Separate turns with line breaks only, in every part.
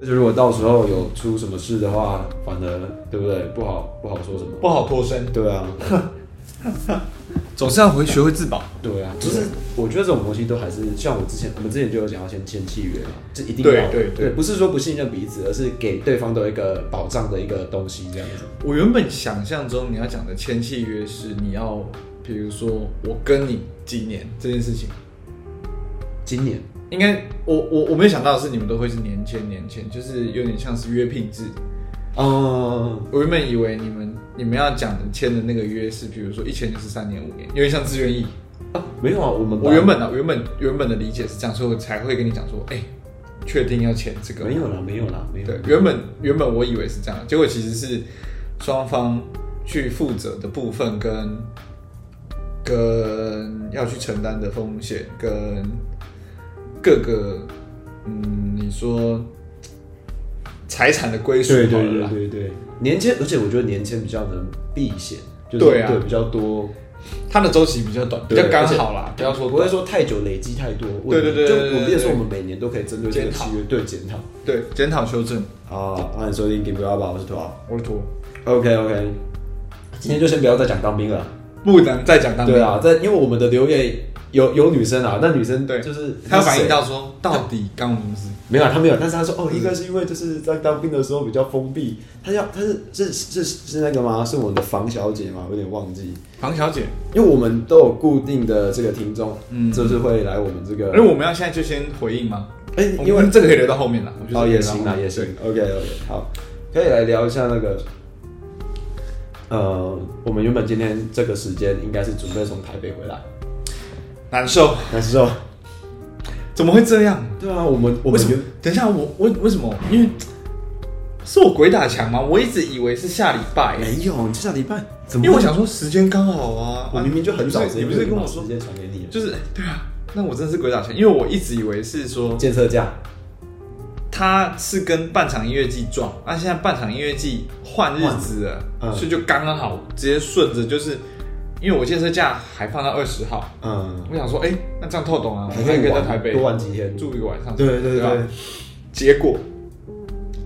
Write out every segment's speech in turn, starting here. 那就如果到时候有出什么事的话，反而对不对？不好不好说什么。
不好脱身，
对啊，
总是要回学会自保。
对啊，就是我觉得这种东西都还是像我之前，我们之前就有讲要先签契约嘛，这一定
对
要
对对
对，不是说不信任彼此，而是给对方的一个保障的一个东西这样子。
我原本想象中你要讲的签契约是你要，比如说我跟你几年这件事情，
今年
应该我我我没有想到的是你们都会是年签年签，就是有点像是约聘制。
嗯，
我原本以为你们你们要讲的签的那个约是，比如说一签就是三年五年，有点像自愿意。
啊，没有啊，我们
我原本啊，我原本原本的理解是这样，所以我才会跟你讲说，哎、确定要签这个吗
没有啦，没有啦，没有。
对，原本原本我以为是这样，结果其实是双方去负责的部分跟跟要去承担的风险跟各个嗯，你说财产的归属
对
好
对
了
对
啦，
对对，年签，而且我觉得年签比较能避险，就是
对啊
比较多，
它的周期比较短，比
对
较刚好啦，不要说
不会
短
说太久累积太多问题。
对对对对对
就我的意思是
对
我们每年都可以针对这个
检讨
契约对检讨。
对检讨修正，
好，啊欢迎收听《Give Up》，我是土豪。
我妥，
OK OK，今天就先不要再讲当兵了。
不能再讲当
对
兵，
啊，在因为我们的留言有有女生啊，那女生
对，
就是
他
是谁
反映到嗯说到底干我什 么事？
没有啊，她没有，但是她说哦，应该是因为就是在当兵的时候比较封闭，她要她是是是是那个吗？是我们的房小姐吗？我有点忘记。
庞小姐，
因为我们都有固定的这个听众，
嗯
就是会来我们这个
而，哎我们要现在就先回应吗？
哎、因
因
为
为这个可以留到后面了，我觉得
哦
这个可以
也
留到
行
后
啦，
面
也行。，OK OK，好，可以来聊一下那个，呃，我们原本今天这个时间应该是准备从台北回来，
难受，
但是哦，
怎么会这样？
对啊，我们我
为
们
什么
原？
等一下，我为为什么？因为是我鬼打墙吗？我一直以为是下礼拜，
没有，你这下礼拜哎怎
因
么？
为我想，说时间刚好啊。
我明明就很早
啊
之
你
前
不
就是已
你不是
经
跟
把
我
时
说，
间传给你了，就
就是对啊，那我真的是鬼打墙，因为我一直以为是说
监测架，
他是跟半场音乐季撞，那、现在半场音乐季换日子了，
换嗯
所以就刚刚好直接顺着，就是因为我健身假还放到二十号，
嗯，
我想说，哎、那这样透懂啊，我
还
还可以在
玩
台北
多玩几天，
住一个晚上，
对对对
吧
对，
结果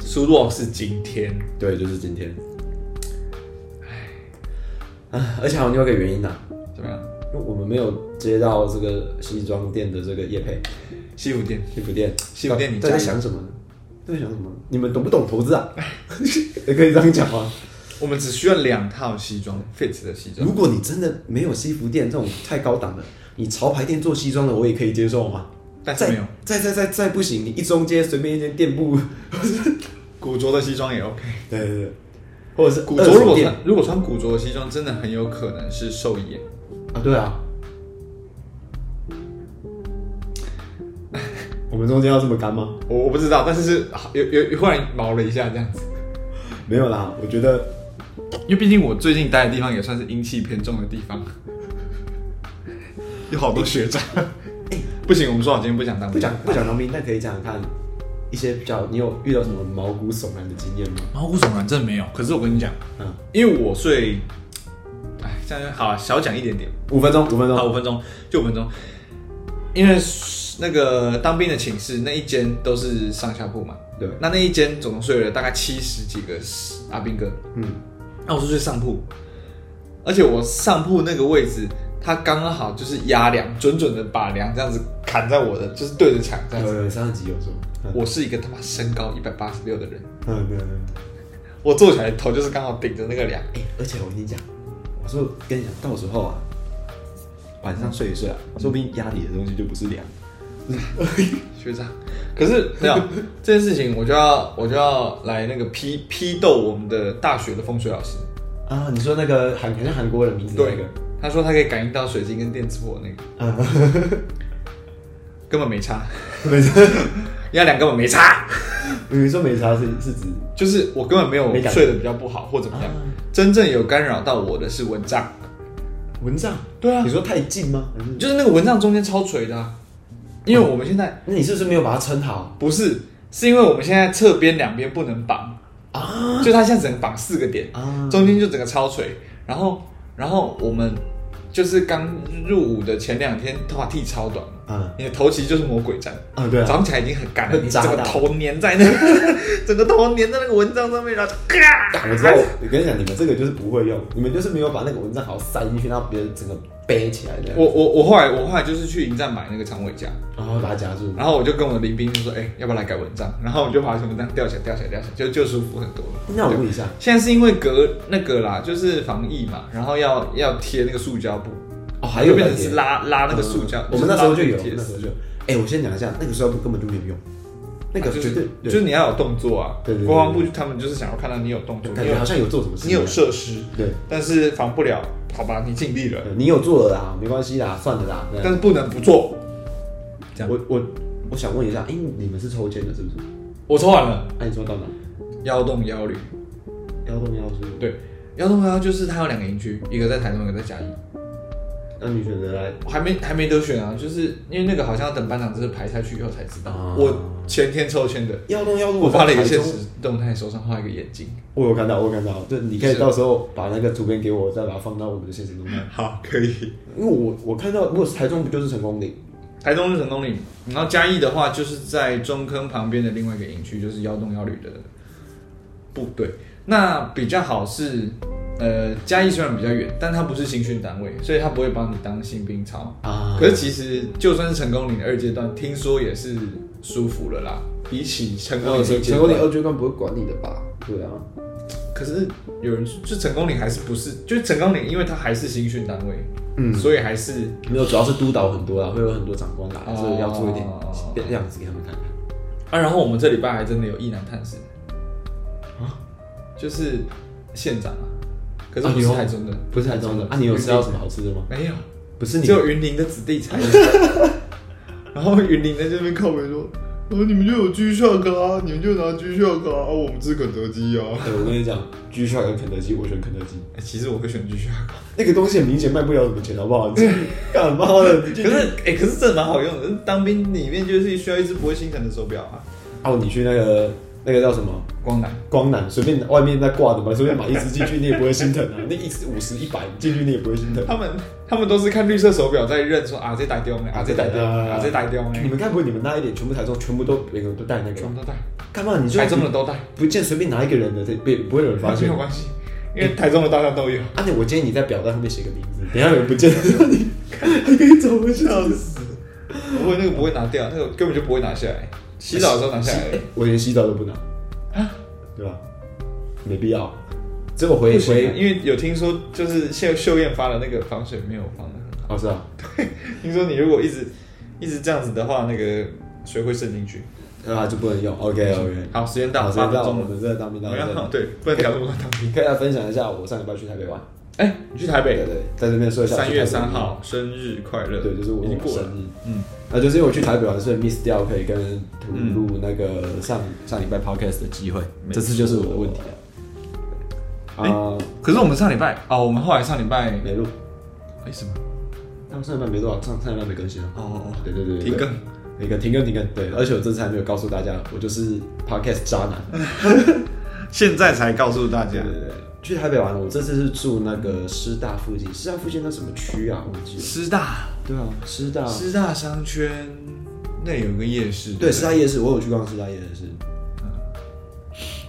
输落是今天，
对，就是今天，唉，而且还有另外一个原因呐、
怎么样？
因为我们没有接到这个西装店的这个业配，
西湖店，
西服店，
西服店你
在在
加油
想什么呢？在想什么？你们懂不懂投资 啊？也可以这样讲吗？
我们只需要两套西装，fit 的西 装
如。果你真的没有西服店这种太高档的，你潮牌店做西装的，我也可以接受吗？
但是
再
没有
再再再再不行，你一中街随便一间店铺，
古着的西装也 OK。
对对对，或者是
古着如
二手
果
店
穿如果穿古着的西装，真的很有可能是寿衣。
啊，对 啊。我们中间要这么干吗？
我我不知道，但是是好有有忽然毛了一下这样子，
没有啦，我觉得
因为毕竟我最近待的地方也算是阴气偏重的地方， 有好多学长。不行，我们说好今天不讲当
哎不讲不讲当兵，但可以讲讲看一些比较，你有遇到什么毛骨悚然的经验吗？
毛骨悚然，真的没有。可是我跟你讲，
嗯，
因为我睡，哎，这样就好啊，少讲一点点，
五分钟，五分
好，
钟，
五分钟，就五分钟。因为那个当兵的寝室那一间都是上下铺嘛，
对，
那那一间总共睡了大概七十几个阿兵哥，
嗯，
那我是睡上铺，而且我上铺那个位置，它刚刚好就是压梁，准准的把梁这样子砍在我的，就是对着墙这样
有
子。
有上集有说，嗯
我是一个他妈身高一百八十六的人，
嗯对对对，
我坐起来头就是刚好顶着那个梁，
哎、而且我跟你讲，我说跟你讲，到时候啊，晚上睡一睡啊，说不定压你的东西就不是 凉，
学长。可是没有这件事情，我就要我就要来那个批批斗我们的大学的风水老师，
啊，你说那个韩好像韩国人名字那
对
个，，
他说他可以感应到水晶跟电磁波那个，
嗯，
根本没差，
没事，
压梁根本没差，
你说没差是是指
就是我根本没有
没感觉
睡得比较不好或怎么样
啊，
真正有干扰到我的是蚊帐，
蚊帐？
对啊
你说太近吗？还是
就是那个蚊帐中间超垂的啊、因为我们现在
那你是不是没有把它撑好
不是，是因为我们现在侧边两边不能绑，
啊？
就它现在只能绑四个点，
啊，
中间就整个超垂。然后，然后我们就是刚入伍的前两天，头发剃超短，
嗯
你的头其实就是魔鬼毡，
啊，对
早
啊，
上起来已经很干了，
很
你
扎
整个
到
头粘在那个， 整个头粘在那个蚊帐上面，然后就咔
干我知道，我跟你讲，你们这个就是不会用，你们就是没有把那个蚊帐好好塞进去，让别人整个背起来这样，
我我我后来我后来就是去营站买那个长尾夹，
然后把它夹住。
然后我就跟我的林兵就说，哎、要不要来改蚊帐？然后我就把什么帐吊起来，吊起来，吊起来，就就舒服很多了。
那我问一下，
现在是因为隔那个啦，就是防疫嘛，然后要要贴那个塑胶布，
哦，还有
就变
那
成
些
是拉拉那个塑胶、
嗯我们那时候就有
是，
那
拉那
时候
个贴
就有。哎，我先讲一下，那个时候根本就没有用，那个
啊就
绝
是
对
就
对
是你要有动作啊。
对对对
国防部就他们就是想要看到你有动作，
感
你
觉
有
好像有做什么事，
你有设施，
对，
但是防不了，好吧，你尽力了，
对你有做了啦，没关系啦，算了啦。对啊
但是不能不做。这样
我我我想问一下，哎，你们是抽签的，是不是？啊
我抽完了，
那你抽到哪？
腰动腰旅，
腰动腰椎。
对，腰动腰就是它有两个营区，一个在台中，一个在嘉义。
那你选择来
我还没还没得选啊，就是因为那个好像要等班长就是排下去以后才知道。
啊
我前天抽签的，
腰动腰椎，
我发了一个
现
现
实，
实动态，手上画一个眼睛。
我有看到，我有看到，对，你可以
是
到时候把那个图片给我，再把它放到我们的现实中。
好，可以。
因为我我看到，如果是台中，不就是成功岭？
台中是成功岭，然后嘉义的话就是在中坑旁边的另外一个营区，就是幺洞幺旅的部队。那比较好是，呃，嘉义虽然比较远，但它不是新训单位，所以它不会帮你当新兵操。
啊
可是其实就算是成功岭的二阶段，听说也是舒服了啦，比起哦成功岭一阶
成功
段
岭二阶段不会管你的吧？对啊，
可是有人说就成功岭还是不是？就成功岭，因为它还是新训单位，
嗯
所以还是
没有，主要是督导很多啦，会有很多长官来，
哦
所以要做一点样子给他们看看。
啊。然后我们这礼拜还真的有意男探视就是县长啊，可是不是
啊有
台中的，
不是台中的啊？你有吃到什么好吃的吗？
没有，
不是你
只有云林的子弟才 有。然后云林在这边靠北说。哦，你们就有 G Shock 啊，你们就拿 G Shock 啊，啊我们吃肯德基啊。
对，我跟你讲，G Shock 跟肯德基，我选肯德基。
欸其实我会选 G Shock，
那个东西很明显卖不了什么钱，好不 好？你去干嘛的？可
可是哎、可是真的蛮好用的。当兵里面就是需要一只不会心疼的手表啊。
哦，你去那个那个叫什么
光南，
光南，随便外面在挂的嘛，随便买一只进去，你也不会心疼 啊。那一只五十、一百进去，你也不会心疼。
他们他们都是看绿色手表在认说啊这打掉没啊
啊
这打掉没啊
啊
这打掉
你
没，
们该不会你们那一点全部台中全部都每个人都带那个
全
吧？
部都带，
干嘛？你就
台中的都带，
不见随便拿一个人的，这被不会有人发
没
现
有。关系，因为台中的大家都有。
而且我建议你在表单后面写个名字，等一下有人不见的时候， 你还可以找回笑死。
不会那个不会拿掉，那个根本就不会拿下来，洗澡的时候拿下来
洗，我连洗澡都不拿，
啊，
对吧？没必要，只有
不
回
行啊，
回
因为有听说就是秀秀艳发的那个防水没有防的，
哦是啊，
听说你如果一直一直这样子的话，那个水会渗进去。
啊就不能用。OK OK，
好，时间到，
好，时
八
间
分
到，
钟
我
了。
们这当兵到
没
这
有，
里，
对，不能聊这么多当兵。
你可以来分享一下我上礼拜去台北玩，
哎，你去台
对
北，
对，在这边说一下。
三月三，号生日快乐。
对，就是我
已经过
生
了。
日。
嗯，
啊，就是因为我去台北玩，所以 miss 掉可以跟图录那个上、上礼拜 podcast 的机会，
没
这次就是我的问题了。
诶
啊、
可是我们上礼拜哦，我们后来上礼拜
没录，
为什么？
他们上礼拜没多少，上上礼拜没更新啊。
哦
对对对对，
停更，
停更，停更，停更。对，而且我这次还没有告诉大家，我就是 podcast 渣男。
现在才告诉大家
对对对，去台北玩，我这次是住那个师大附近，师大附近那什么区啊？忘记了。
师大
对啊，师大。
师大商圈那有个夜市，
对，师大夜市，我有去逛师大夜市。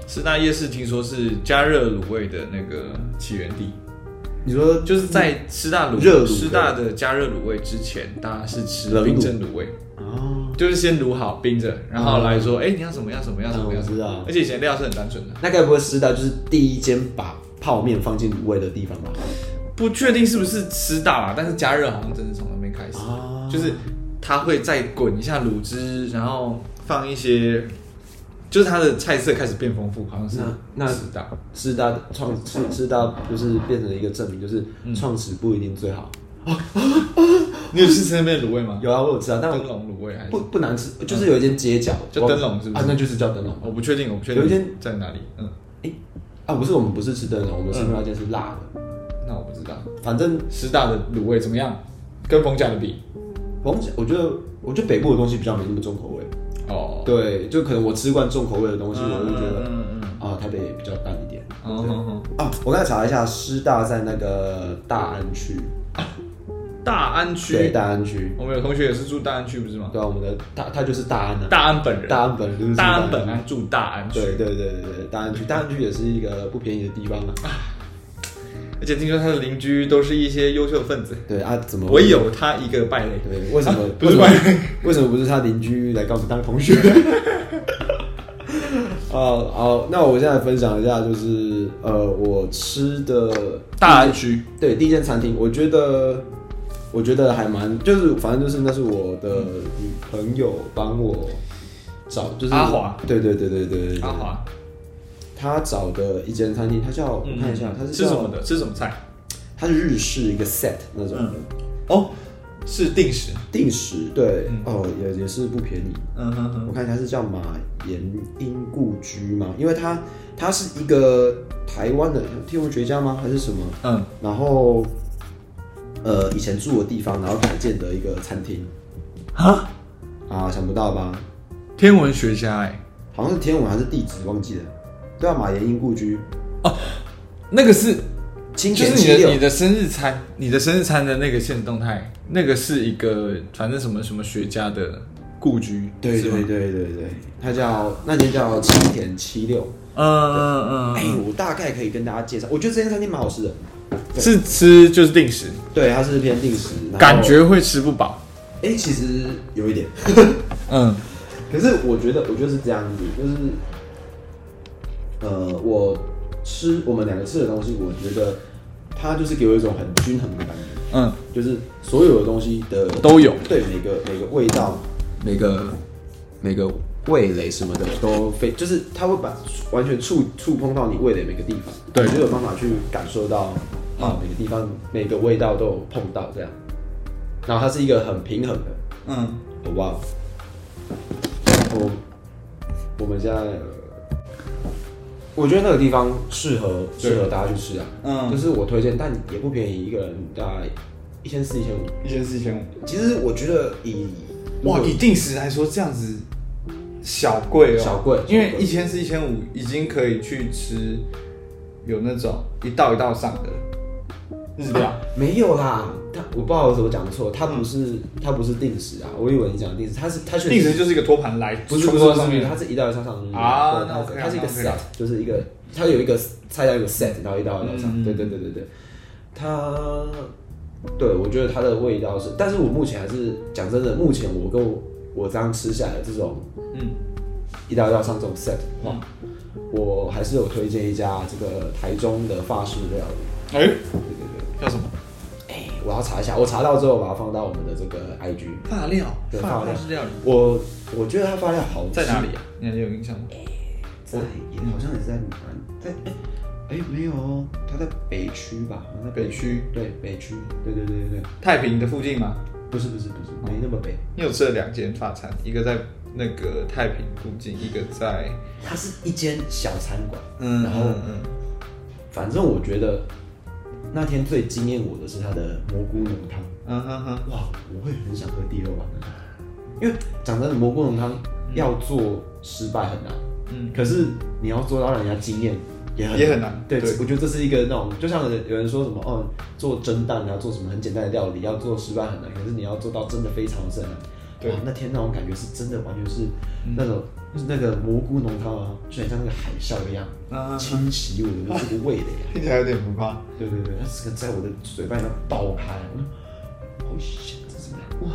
师大夜市听说是加热卤味的那个起源地，
你说
就是在师大卤
嗯热卤
师大的加热卤味之前，大家是吃
冷卤
冰镇卤味，
哦，
就是先卤好冰着，然后来说，哎、你要什么要什么要什么
嗯
要什
我知
么
道，
而且以前料是很单纯的，
那该不会师大就是第一间把泡面放进卤味的地方吧？
不确定是不是师大啦，但是加热好像真的从那边开始。
啊
就是它会再滚一下卤汁，然后放一些，就是它的菜色开始变丰富，好像是
那那
四大
师大创师师大就是变成一个证明，就是创始不一定最好。
你有去吃那边的卤味吗？
有啊，我有吃啊，但
灯
我
笼卤味还是
不？不难吃，就是有一间街角
叫嗯灯笼是不是
啊，那就是叫灯笼。
我不确定，我不确定
有一间
在哪里。嗯，嗯
啊，不是，我们不是吃灯笼，我们吃那间是辣的，
那我不知道，
反正
师大的卤味怎么样？跟逢甲的比？
逢甲，我觉得我觉得北部的东西比较没那么重口味。
哦，
对，就可能我吃惯重口味的东西，我就觉得
嗯嗯嗯
啊，台北比较淡一点。
嗯，哦好好
啊，我刚才查了一下，师大在那个大安区，
大安
对，
区，
大安区，
我们有同学也是住大安区，不是吗？
对啊，我们的他他就是大安的、啊
大安本人，
大安本人就是
大安
区
本人住大安区，
对对对对对，大安区，大安区也是一个不便宜的地方啊。
而且听说他的邻居都是一些优秀分子，
对啊，怎么
唯有他一个败类。
对？为什么、
不是
为
外
什么 为什么不是他邻居来跟我们当同学？ 哦，好，那我现在分享一下，就是呃，我吃的
大安区，
对第一间餐厅，我觉得我觉得还蛮，就是反正就是那是我的女朋友帮我找，就是
阿华，
对对对对对对对，
阿华，
他找的一间餐厅，他叫我
嗯
看一下，他是
吃
叫
什么的？吃什么菜？
它是日式一个 set 那种的、
哦，是定时。
定时，对，哦，也也是不便宜。
嗯哼哼，
我看一下是叫马岩英故居嘛，因为它它是一个台湾的天文学家吗？还是什么？
嗯，
然后呃，以前住的地方，然后改建的一个餐厅
啊，
啊，想不到吧？
天文学家哎、
好像是天文还是地质，忘记了。对啊，马岩英故居，
那个是
清
就
泉
是
七
你的
六
你的生日餐，你的生日餐的那个现动态，那个是一个反正什么什么学家的故居，
对
是吗
对对对对，它叫那间叫清田七六。
嗯嗯
哎、我大概可以跟大家介绍，我觉得这间餐厅蛮好吃的。
嗯，是吃就是定时，
对，它是偏定时，然后
感觉会吃不饱，
哎、其实有一点，
嗯
可是我觉得我觉得是这样子，就是呃，我吃我们两个吃的东西，我觉得它就是给我一种很均衡的感觉，
嗯，
就是所有的东西的
都有
对每个每个味道、每个每个味蕾什么的都非，就是它会把完全触触碰到你味蕾每个地方，
对
你就有办法去感受到啊每个地方每个味道都有碰到这样，然后它是一个很平衡的。
嗯，
好不好？我我们现在，我觉得那个地方适合
对
适合大家去吃啊，
嗯
就是我推荐，但也不便宜，一个人大概一千四一千五。
一千四千五，
其实我觉得以
哇，
如果
以定时来说这样子小贵哦，
小贵
因为
小贵
一千四一千五已经可以去吃有那种一道一道上的日料。
没有啦，他我不好意思，我讲错，它不是它不是定时啊，我以为你讲定时，它是它确
定
实
时就是一个托盘来，
不是
冲
不
到
是
上
上面，
面
它是一道一道上上的
啊
对
那
它
OK 啊
它是一个
那 OK
set，
啊
就是一个它有一个菜单有一个 set，然后一道一道上，
嗯
对对对对对，它对我觉得它的味道是，但是我目前还是讲真的，目前我跟我我这样吃下来这种
嗯，
一道一道上这种 set，
哇，
我还是有推荐一家这个台中的法式料理，
哎、叫什么？
哎，我要查一下，我查到之后把它放到我们的这个 IG，
发料，
对
发
发料
是料理，
我我觉得它发料好吃
在哪里啊？你还有印象吗？
在也好像也是在闽南，在哎、没有哦，他在北区吧？好像在
北区，
对北区，对对对对对，
太平的附近吗？
不是不是不是，没那么北，
你有吃了两间法餐，一个在那个太平附近，一个在
它是一间小餐馆，
嗯，
然后
嗯
反正我觉得那天最惊艳我的是它的蘑菇浓汤，
嗯哼哼，
哇，我会很想喝第二碗的，因为讲真的，蘑菇浓汤要做失败很难，
嗯，
可是你要做到让人家惊艳。也很
也很难
对，
对
我觉得这是一个那种，就像有人说什么，哦，做蒸蛋啊，做什么很简单的料理，要做失败很难，可是你要做到真的非常的难。
对嗯
哇，那天那种感觉是真的，完全是那种、那个蘑菇浓汤啊，就很像那个海啸一样，
啊
侵袭我的这个味蕾啊。
听起来有点不怕。
对对对，它整个在我的嘴巴里面爆开，我就，哦，这是什么？哇！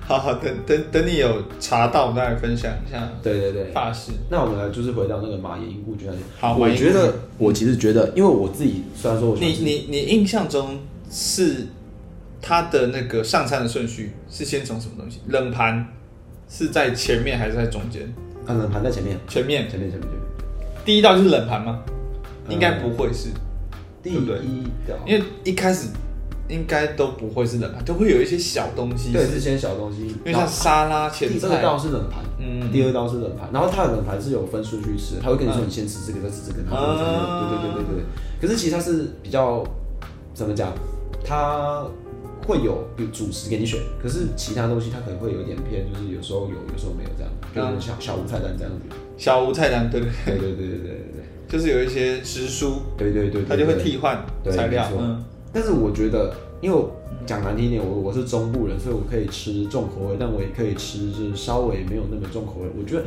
好好，等等等，你有查到，我们再来分享一下
对对对，
法式。
那我们来就是回到那个马爷英故居那里。
啊好马
我
爷
觉
英
得我其实觉得，因为我自己虽然说我喜
你
欢吃
你你印象中是它的那个上餐的顺序是先从什么东西？冷盘是在前面还是在中间？
啊，冷盘在前面，
前面
前面前面前面。
第一道就是冷盘吗？
嗯
应该不会是，
第
对不对
一道，
因为一开始应该都不会是冷盘，都会有一些小东西
对
是，
是先小东西，
因为
然后
像沙拉、前
第
菜
二。道是冷盘，
嗯
第二道是冷盘，然后它的冷盘是有分顺序吃的，他会跟你说你先吃这个，再吃这个，然后再吃这个，
啊
对对对对对。可是其实它是比较怎么讲，它会有比如主食给你选，可是其他东西它可能会有一点偏，就是有时候有，有时候没有这样，
嗯
就是小小无菜单这样子。
小无菜单，对对，
对对对对对
就是有一些时蔬，
对对对对对，
它就会
对
替换
对
材料
没，错
嗯，
但是我觉得，因为我讲难听一点，我我是中部人，所以我可以吃重口味，但我也可以吃就是稍微没有那么重口味。我觉
嗯
得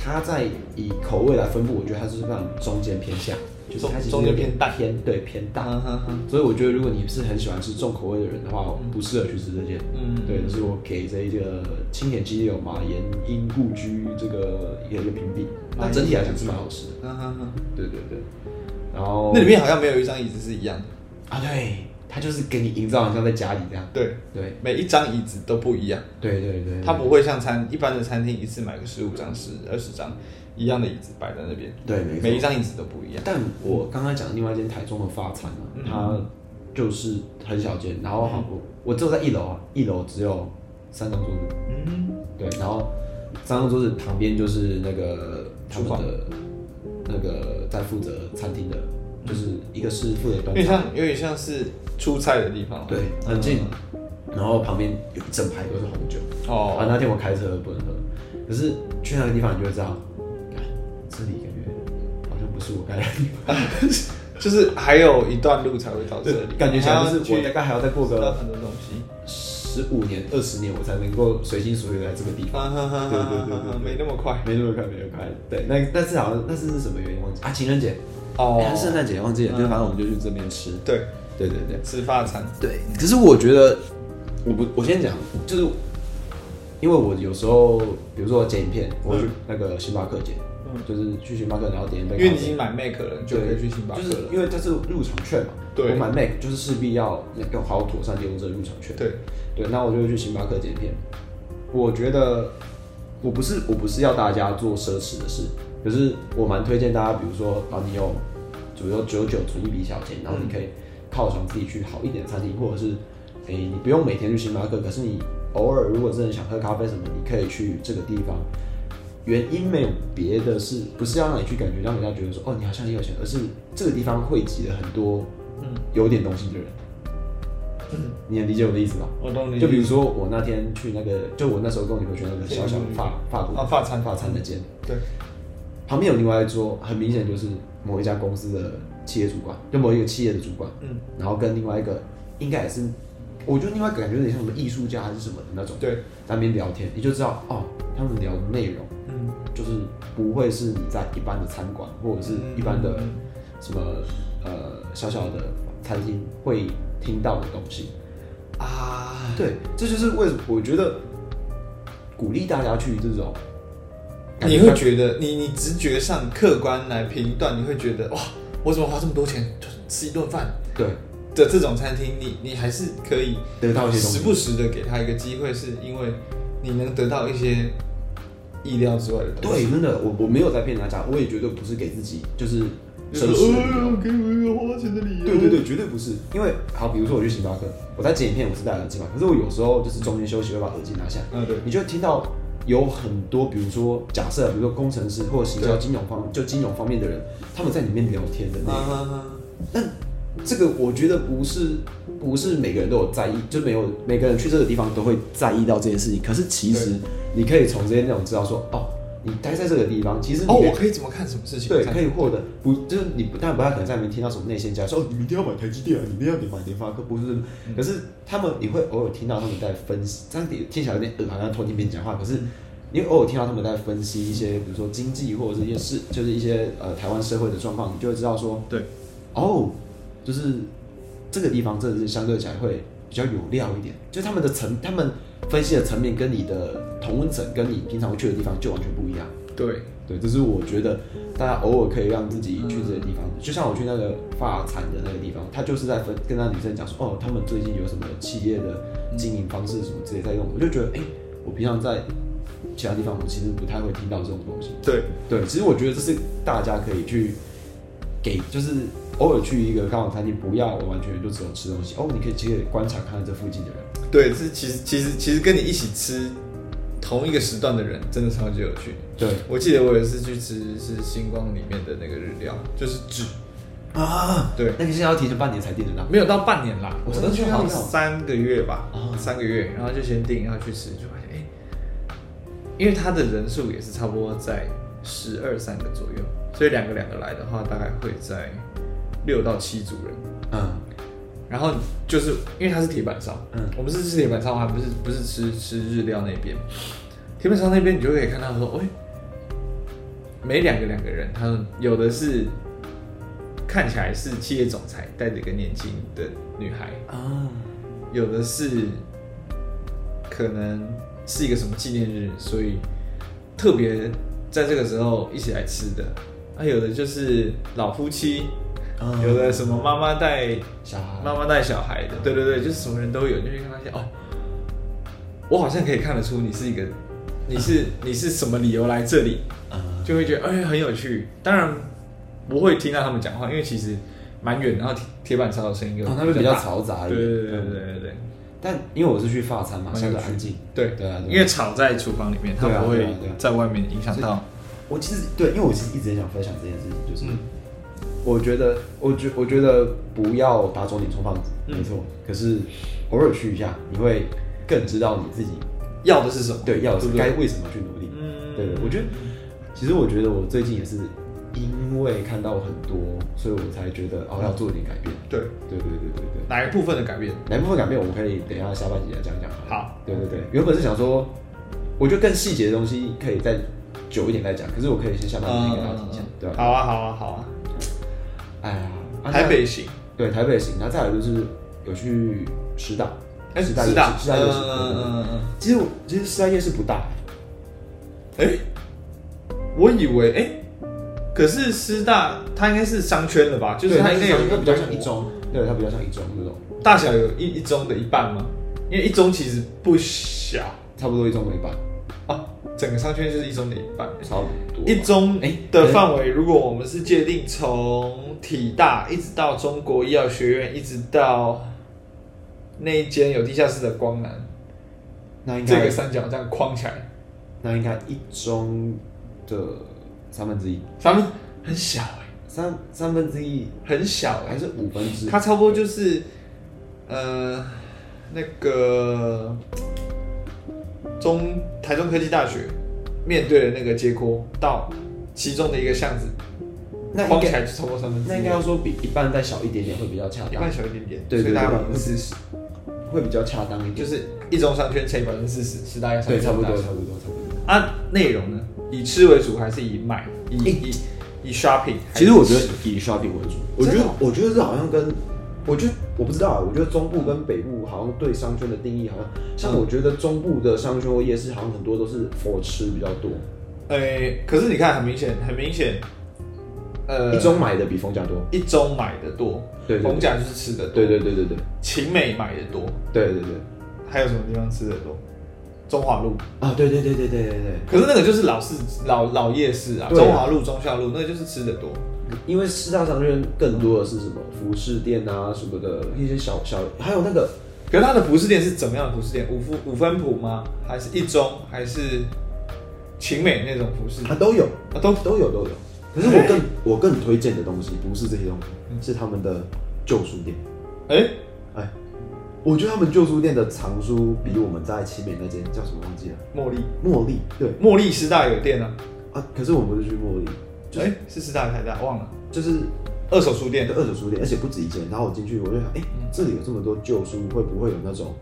它在以口味来分布，我觉得它是让你中间偏下，就是它其实
嗯中中间偏淡
偏对偏淡。
嗯哼哼
所以我觉得，如果你是很喜欢吃重口味的人的话，不适合去吃这件。
嗯
对，就是我给这一个清甜鸡柳马盐因故居这个一个一个评比，那整体来讲是蛮好吃的。
嗯哼哼，
对对对，然后
那里面好像没有一张椅子是一样的，
啊，对，它就是给你营造好像在家里这样。
对，
对
每一张椅子都不一样，
对对对，
它不会像餐一般的餐厅一次买个十五张、十二十张一样的椅子摆在那边，
对没错
每一张椅子都不一样，
但我刚刚讲的另外一间台中的发餐啊，它就是很小间，然后好我我只有在一楼啊，一楼只有三张桌子，
嗯，
对，然后三张桌子旁边就是那个他们
厨房
的那个在负责餐厅的，就是一个是负责
有
端
点
茶，
像有点像是出菜的地方，嗯
对，很近，然后旁边有一整排都是红酒，啊，
哦，
那天我开车不能喝，可是去那个地方你就会知道，哎这里感觉好像不是我该来的地方。
就是还有一段路才会到这里，
感觉起来就
还
是
要
我
去
大概还要再过
知道
个
很多东西。
十五年、二十年，我才能够随心所欲地来这个地方。
啊哈哈哈
对对
哈
对
哈
对，
没那么快。
没那么快，没那么快。对，那但是好像那是是什么原因忘记啊？情人节
哦
哎还是圣诞节忘记了，就反正我们就去这边吃。
对，
对对对
吃发餐。
对。可是我觉得，我不，我先讲，就是因为我有时候，比如说我剪影片，我去那个星巴克剪，就是去星巴克然后点一杯咖
因
啡，
为你已经买 Mac 了，你就可以去星巴克
就是
了。
因为它是入场券嘛。
对
我买 Mac 就是势必要要好好妥善利用这个入场券。
对，
对，那我就会去星巴克剪片。我觉得我不是我不是要大家做奢侈的事，可是我蛮推荐大家，比如说啊，你有，比如说九九存一笔小钱，然后你可以犒赏自己去好一点的餐厅，或者是诶、你不用每天去星巴克，可是你偶尔如果真的想喝咖啡什么，你可以去这个地方。原因没有别的是，不是要让你去感觉让人家觉得说哦你好像很有钱，而是这个地方汇集了很多
嗯
有点东西的人。你能理解我的意思吧？
我懂
就比如说我那天去那个，就我那时候跟我女朋友去那个小小的法法国
啊法餐
法餐的间，
对，
旁边有另外一桌，很明显就是某一家公司的企业主管，就某一个企业的主管，
嗯，
然后跟另外一个应该也是，我觉得另外一个感觉有点像什么艺术家还是什么的那种，
对，
在那边聊天，你就知道哦，他们聊的内容
嗯，
就是不会是你在一般的餐馆或者是一般的
嗯
什么呃小小的餐厅会听到的东西，
啊，
对，这就是为什么我觉得鼓励大家去这种，
啊你会觉得你你直觉上客观来评断，你会觉得哇，我怎么花这么多钱就是吃一顿饭
对
的这种餐厅，你你还是可以
得到一些东
时
西，
不时的给他一个机会，是因为你能得到一些意料之外的东西。
对，真的，我我没有在骗大家，我也绝对不是给自己就是
就是
奢侈的理由
哦，给我一个花钱的理由。
对对对，绝对不是，因为好，比如说我去星巴克，我在剪影片，我是戴耳机嘛，可是我有时候就是中间休息会把耳机拿下来，
嗯对
你就会听到有很多，比如说假设，比如说工程师或者行销金融方就金融方面的人，他们在里面聊天的那个
啊，
但这个我觉得不是不是每个人都有在意，就没有每个人去这个地方都会在意到这件事情。可是其实你可以从这些内容知道说，哦，你待在这个地方，其实你
哦，
可以
我可以怎么看什么事情？
对可以获得不就是你不但不太可能在里面听到什么内线价说，哦，嗯你一定要买台积电啊，你一定要买联发科，不是？可是他们你会偶尔听到他们在分析，这样听起来有点恶，好像偷听别人讲话，可是。你偶尔听到他们在分析一些，比如说经济或者是一些事，就是一些呃台湾社会的状况，你就会知道说，
对，
哦，就是这个地方真的是相对起来会比较有料一点，就是他们的层，他们分析的层面跟你的同温层跟你平常去的地方就完全不一样。
对，
对，这是我觉得大家偶尔可以让自己去这些地方，就像我去那个发产的那个地方，他就是在分跟那女生讲说，哦，他们最近有什么企业的经营方式什么之类在用，我就觉得，哎、我平常在其他地方我其实不太会听到这种东西。
对，
对，其实我觉得这是大家可以去给，就是偶尔去一个高档餐厅，不要完全就只有吃东西。哦，你可以其实观察看看这附近的人。
对，这其实其实其实跟你一起吃同一个时段的人，真的超级有趣。
对，
我记得我有一次去吃是星光里面的那个日料，就是纸，
啊，
对，
那个是要提前半年才订得到。
没有到半年啦，
我
我
真的
都去
觉得
到
好
三个月吧，
哦
三个月，然后就先订，然后去吃，就发现哎、因为他的人数也是差不多在十二三个左右，所以两个两个来的话，大概会在六到七组人。
嗯
然后就是因为它是铁板烧，
嗯
我们是吃铁板烧，还不是不是吃吃日料那边，铁板烧那边你就可以看到说，哎、每两个两个人，他们有的是看起来是企业总裁带着一个年轻的女孩，
啊，
有的是可能是一个什么纪念日，所以特别在这个时候一起来吃的，啊，有的就是老夫妻，
啊
有的什么妈妈带
小孩
妈妈带小孩的，对对对，就是什么人都有，你就会发现哦，我好像可以看得出你是一个，你是你是什么理由来这里，
啊，
就会觉得哎、很有趣。当然不会听到他们讲话，因为其实蛮远，然后铁铁板烧的声音又
哦那边比较
大
嘈杂一
对
点。嗯
对对对对对
但因为我是去法餐嘛，
蛮
相
有
对
趣
安静。
对
对啊对啊
因为炒在厨房里面，它
对啊
不
对
会
啊对啊
在外面影响到。
我其实对，因为我其实一直很想分享这件事情，就是、我觉得，我觉我觉得不要打肿脸充胖子，
嗯
没错。可是偶尔去一下，你会更知道你自己
要的是什么？
对要的是
不
该为什么去努力。
嗯
对，我觉得其实我觉得我最近也是因为看到很多，所以我才觉得哦要做一点改变。
嗯对
对对对对对。
哪一部分的改变？
哪一部分改变，我们可以等一下下半集来讲讲。
好，
对对对，原本是想说，我觉得更细节的东西可以再久一点再讲，可是我可以先下半集嗯给大家听一下，对吧、
嗯好啊，好啊，好啊，
哎呀，啊
台北行。
那对台北行，那再来就是有去师大，
哎，
师
知
大
道，
夜市，师大夜市。对对对
嗯嗯
其实我其实师大夜市不大，
嗯。哎，我以为哎，可是师大它应该是商圈了吧？就是
对
它应该有一
它
个
比较像一中，对，它比较像一中那种，
大小有一一中的一半吗？因为一中其实不小
差不多一中为半，哦
啊，整个商圈就是一中的一半。
差不多吧。
一中
哎
的范围，如果我们是界定从体大一直到中国医药学院，一直到那一间有地下室的光南，
那应
这个
该
三角这样框起来，
那应该一中的三分之一，
咱们很小哎、
三三分之一
很小哎、
还是五分之，
它差不多就是，呃，那个中台中科技大学面对的那个街廓到其中的一个巷子，
那应
框起
该
来就超过三分之
那
一
应该要说比一半再小一点点会比较恰
一
当
半，小一点点，
对对对
所以大概百
对
分之四十，
会比较恰当一点，
就是一中商圈乘以百分之四十，是大概
对，差不多，
30%
差不多，差不多。
啊，内容呢，以吃为主还是以买，以以以 shopping？还是
其实我觉得
吃
以 shopping 为主，我觉
真
得
的哦
我觉得这好像跟，我觉得我不知道啊，我觉得中部跟北部好像对商圈的定义好像，像
嗯
我觉得中部的商圈或夜市好像很多都是 for 吃比较多，
诶、可是你看，很明显，很明显，呃，
一中买的比逢甲多，
一中买的多，
对对对
逢甲就是吃的多，
对对对对对
晴美买的多，
对对对，
还有什么地方吃的多？中华路，
啊对对对对对对对，
可是那个就是老市老老夜市啊，
对啊
中华路、忠孝路，那个就是吃的多，
因为四大商圈更多的是什么服饰店啊什么的一些小小，还有那个
可是它的服饰店是怎么样的服饰店？五夫五分埔吗？还是一中？还是晴美那种服饰？
啊都有，
啊，都
都有都有。可是我更我更推荐的东西不是这些东西，是他们的旧书店。
哎、
哎，我觉得他们旧书店的藏书比我们在奇美那间叫什么忘记了，
茉莉，
茉莉对
茉莉师大有店啊，
啊，可是我们不是去茉莉，
哎、是师大还是台大？忘了，
就是
二手书店
那个二手书店，而且不止一间。然后我进去我就想，哎、
嗯
这里有这么多旧书，会不会有那种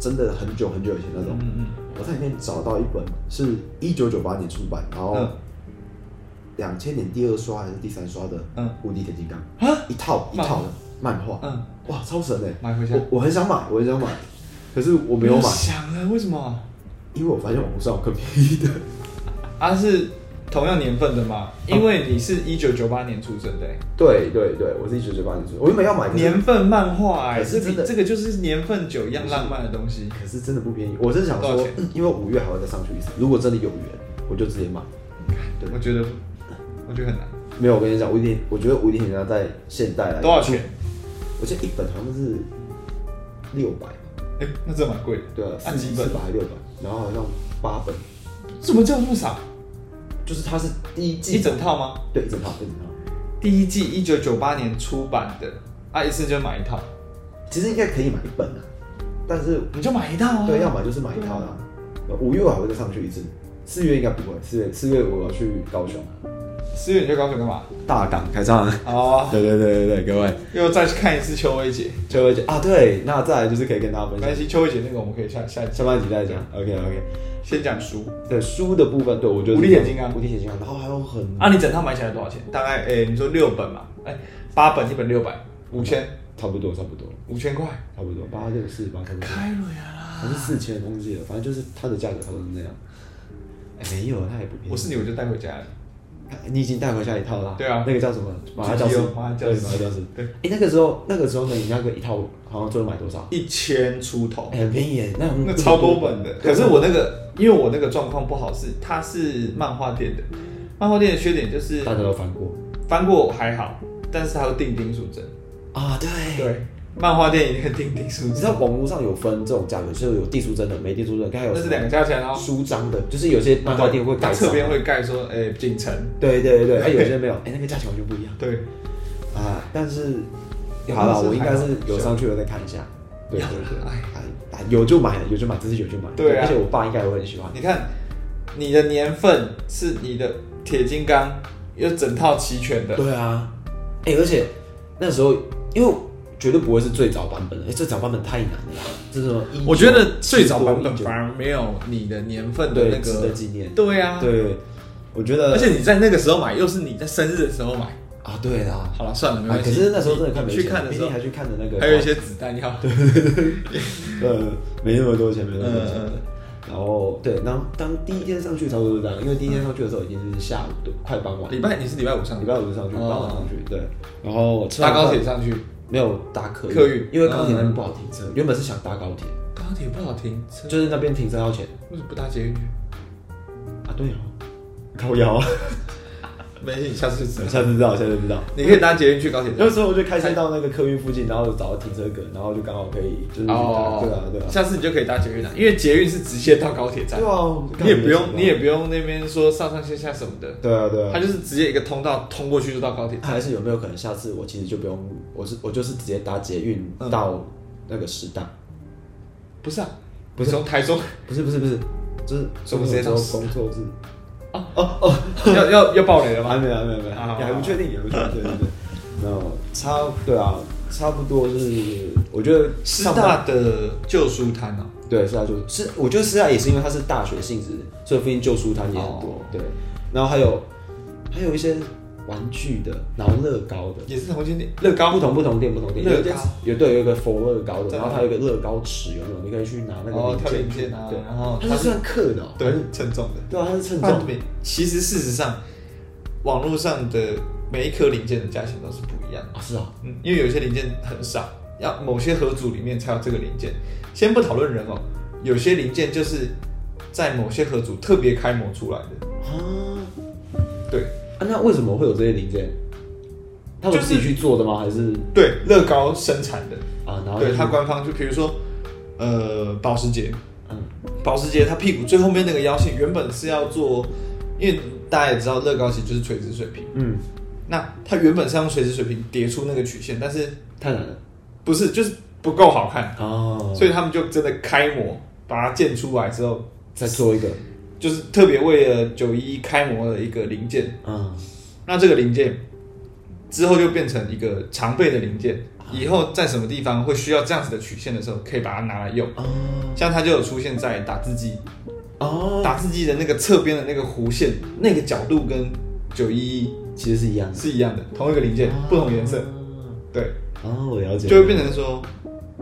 真的很久很久以前那种？
嗯嗯
我在里面找到一本是一九九八年出版，然后
嗯
两千年第二刷还是第三刷的《
嗯
无敌铁金刚》
啊
一套一套的漫画，
嗯，
哇，超神哎！
买回家。
我我很想买，我很想买，可是我没有
不
买
要，想了，为什么？
因为我发现网络上有更便宜的。
啊，是同样年份的嘛？
哦
因为你是一九九八年出生的、欸
对对对，我是一九九八年出，我原本要买，可是
年份漫画、欸，
可是
这比
真的
这个就是年份酒一样浪漫的东西。
可是真的不便宜。我是想
多少
说
钱，
嗯因为五月还会再上去一次，如果真的有缘，我就直接买。对
我觉得，我觉得很难。
没有，我跟你讲，无敌，我觉得无敌铁金刚在现代来
多少钱？？
我记得一本好像是六百，
哎、那这蛮贵的。
对啊，
按
四
几
四
本？
百还六百，然后好像八本，
怎么这样这么少？
就是它是第一季
一整套吗？
对一整套一整套，
第一季一九九八年出版的，啊，一次就买一套，
其实应该可以买一本啊，但是
你就买一套啊。
对，要么就是买一套啦、啊五月我还会再上去一次，四月应该不会。四月四月我要去高雄啊
思远就高雄干嘛？
大港开唱。
哦，
对对对对对，各位，
又再去看一次邱薇姐，
秋薇姐啊，对，那再来就是可以跟大家分
没
享
关系，邱薇姐那个我们可以下下
下半集再讲。OK OK，
先讲书
对书的部分，对我觉得
无力铁金刚
无力铁金刚，然后还有很
啊，你整套买起来多少钱？大概诶、你说六本嘛，哎、八本一本六百，五千
差不多差不多
五千块，
差不多八六四八三四，
开了呀啦！
还是四千，忘记了，反正就是它的价格差不多是那样。哎，没有，它也不便宜。
我是你，我就带回家了。
你已经带回家一套啦。
对啊
那个叫什么？马拉教室
GTO，，马拉教室
对马拉教室。
对
哎，那个时候，那个时候呢，你那个一套好像最后买多少？
一千出头
哎，很便宜耶，那
哦那超多本的。可是我那个，因为我那个状况不好是，它是漫画店的，漫画店的缺点就是
大家都翻过
翻过还好，但是它会定订书针。
啊，对
对，漫画店一定会定订书
你知
针，
道网络上有分这种价格，就是有订书针的，没订书针的，刚才有
那是两个价钱哦。
书章的，就是有些漫画店会
它
改
侧
章
边会盖说，诶，锦城。
对对对对，哎、有些没有，哎、那个价钱完全不一样
对，
啊。但是
有
好了，
是
我应该是
还好
有上去了再看一下。对
有
对
啦
对，
哎
啊啊有就买了，有就买，真是有就买。
对啊
而且我爸应该也会很喜欢。
你看你的年份是你的铁金刚，又整套齐全的。
对啊，哎、而且那时候因为绝对不会是最早版本的，哎、最早版本太难了啦，这种19
我觉得最早版本
19
反而没有你的年份的
对
那
值得
个，
纪念。
对呀、啊，
对，我觉得
而且你在那个时候买，又是你在生日的时候买。
啊，对啦。
好了，算了，没
啊
关系。
可是那时候真的看
你
没
去
钱
看的
毕
时
竟
候，
还去看的那个，
还有一些子弹要。
呃，没那么多钱，没那么多钱。
嗯嗯
然后对，然后当第一天上去差不多是这样，因为第一天上去的时候已经是下午的快傍晚，
礼拜你是礼拜五上
礼
的，
拜五就上去，
哦
傍晚上去，对。然后我吃完
搭高
饭
铁上去，
没有搭客
客运
因为高铁那边不好停车，原本是想搭高铁，
高铁不好停车，
就是那边停车要钱
为什么不搭捷运去？
啊，对哦，靠腰啊，
没事，你下次就知道。
下次知道，下次知道。
你可以搭捷运去高铁站
那。时候我就开车到那个客运附近，然后找到停车格，然后就刚好可以就是去搭，
哦
对啊对啊，
下次你就可以搭捷运了，因为捷运是直接到高铁站
对，啊，
你也不用你也不用那边说上上下下什么的，
对啊对啊
它，就是直接一个通道通过去就到高铁站。
还是有没有可能下次我其实就不用，我是我就是直接搭捷运
嗯
到那个时代，
不是啊，
不
不
是
是从台中
不是不是不是，就是
什么时间到
候工作日？
要要要爆雷了
还
吗？
没还没还没，
好好
也还不确定，也不确定，对对对。然后差对啊，差不多是，我觉得
师
上班
大的旧书摊哦，
对师大就是，我觉得师大也是因为它是大学性质，所以附近旧书摊也很多
哦，
对。然后还有还有一些玩具的，然后乐高的。
也是同间店，乐高
不同不同店不同店，
乐
有
高
一间有对有一个缝乐高的，
对
然后它有一个乐高池，有没有？你可以去拿那个
哦
零
跳
件
零件啊
对，
然后
它
它
是
是
算刻的哦，
对称重的。
对啊，它是称
那
重，
每其实事实上，网络上的每一颗零件的价钱都是不一样
啊
的。
是啊，
嗯，因为有一些零件很少，要某些合组里面才有这个零件。先不讨论人哦，有些零件就是在某些合组特别开模出来的。
啊
对
啊那为什么会有这些零件？他们
就是
自己去做的吗？还是
对，乐高生产的，
啊？然后
对它
关
官方就比如说，呃，保时捷，
嗯
保时捷它屁股最后面那个腰线原本是要做，因为大家也知道乐高其实就是垂直水平，
嗯
那它原本是用垂直水平叠出那个曲线，但是
太难了
不是就是不够好看，
哦，
所以他们就真的开模把它建出来之后，
再做一个
就是特别为了九一开模的一个零件。
嗯
那这个零件之后就变成一个常备的零件，以后在什么地方会需要这样子的曲线的时候，可以把它拿来用。
哦
像它就有出现在打字机，
哦，
打字机的那个侧边的那个弧线，那个角度跟九一一
其实是一样的，
是一样的，同一个零件，
啊
不同颜色，对，
哦，我了解，
就会变成说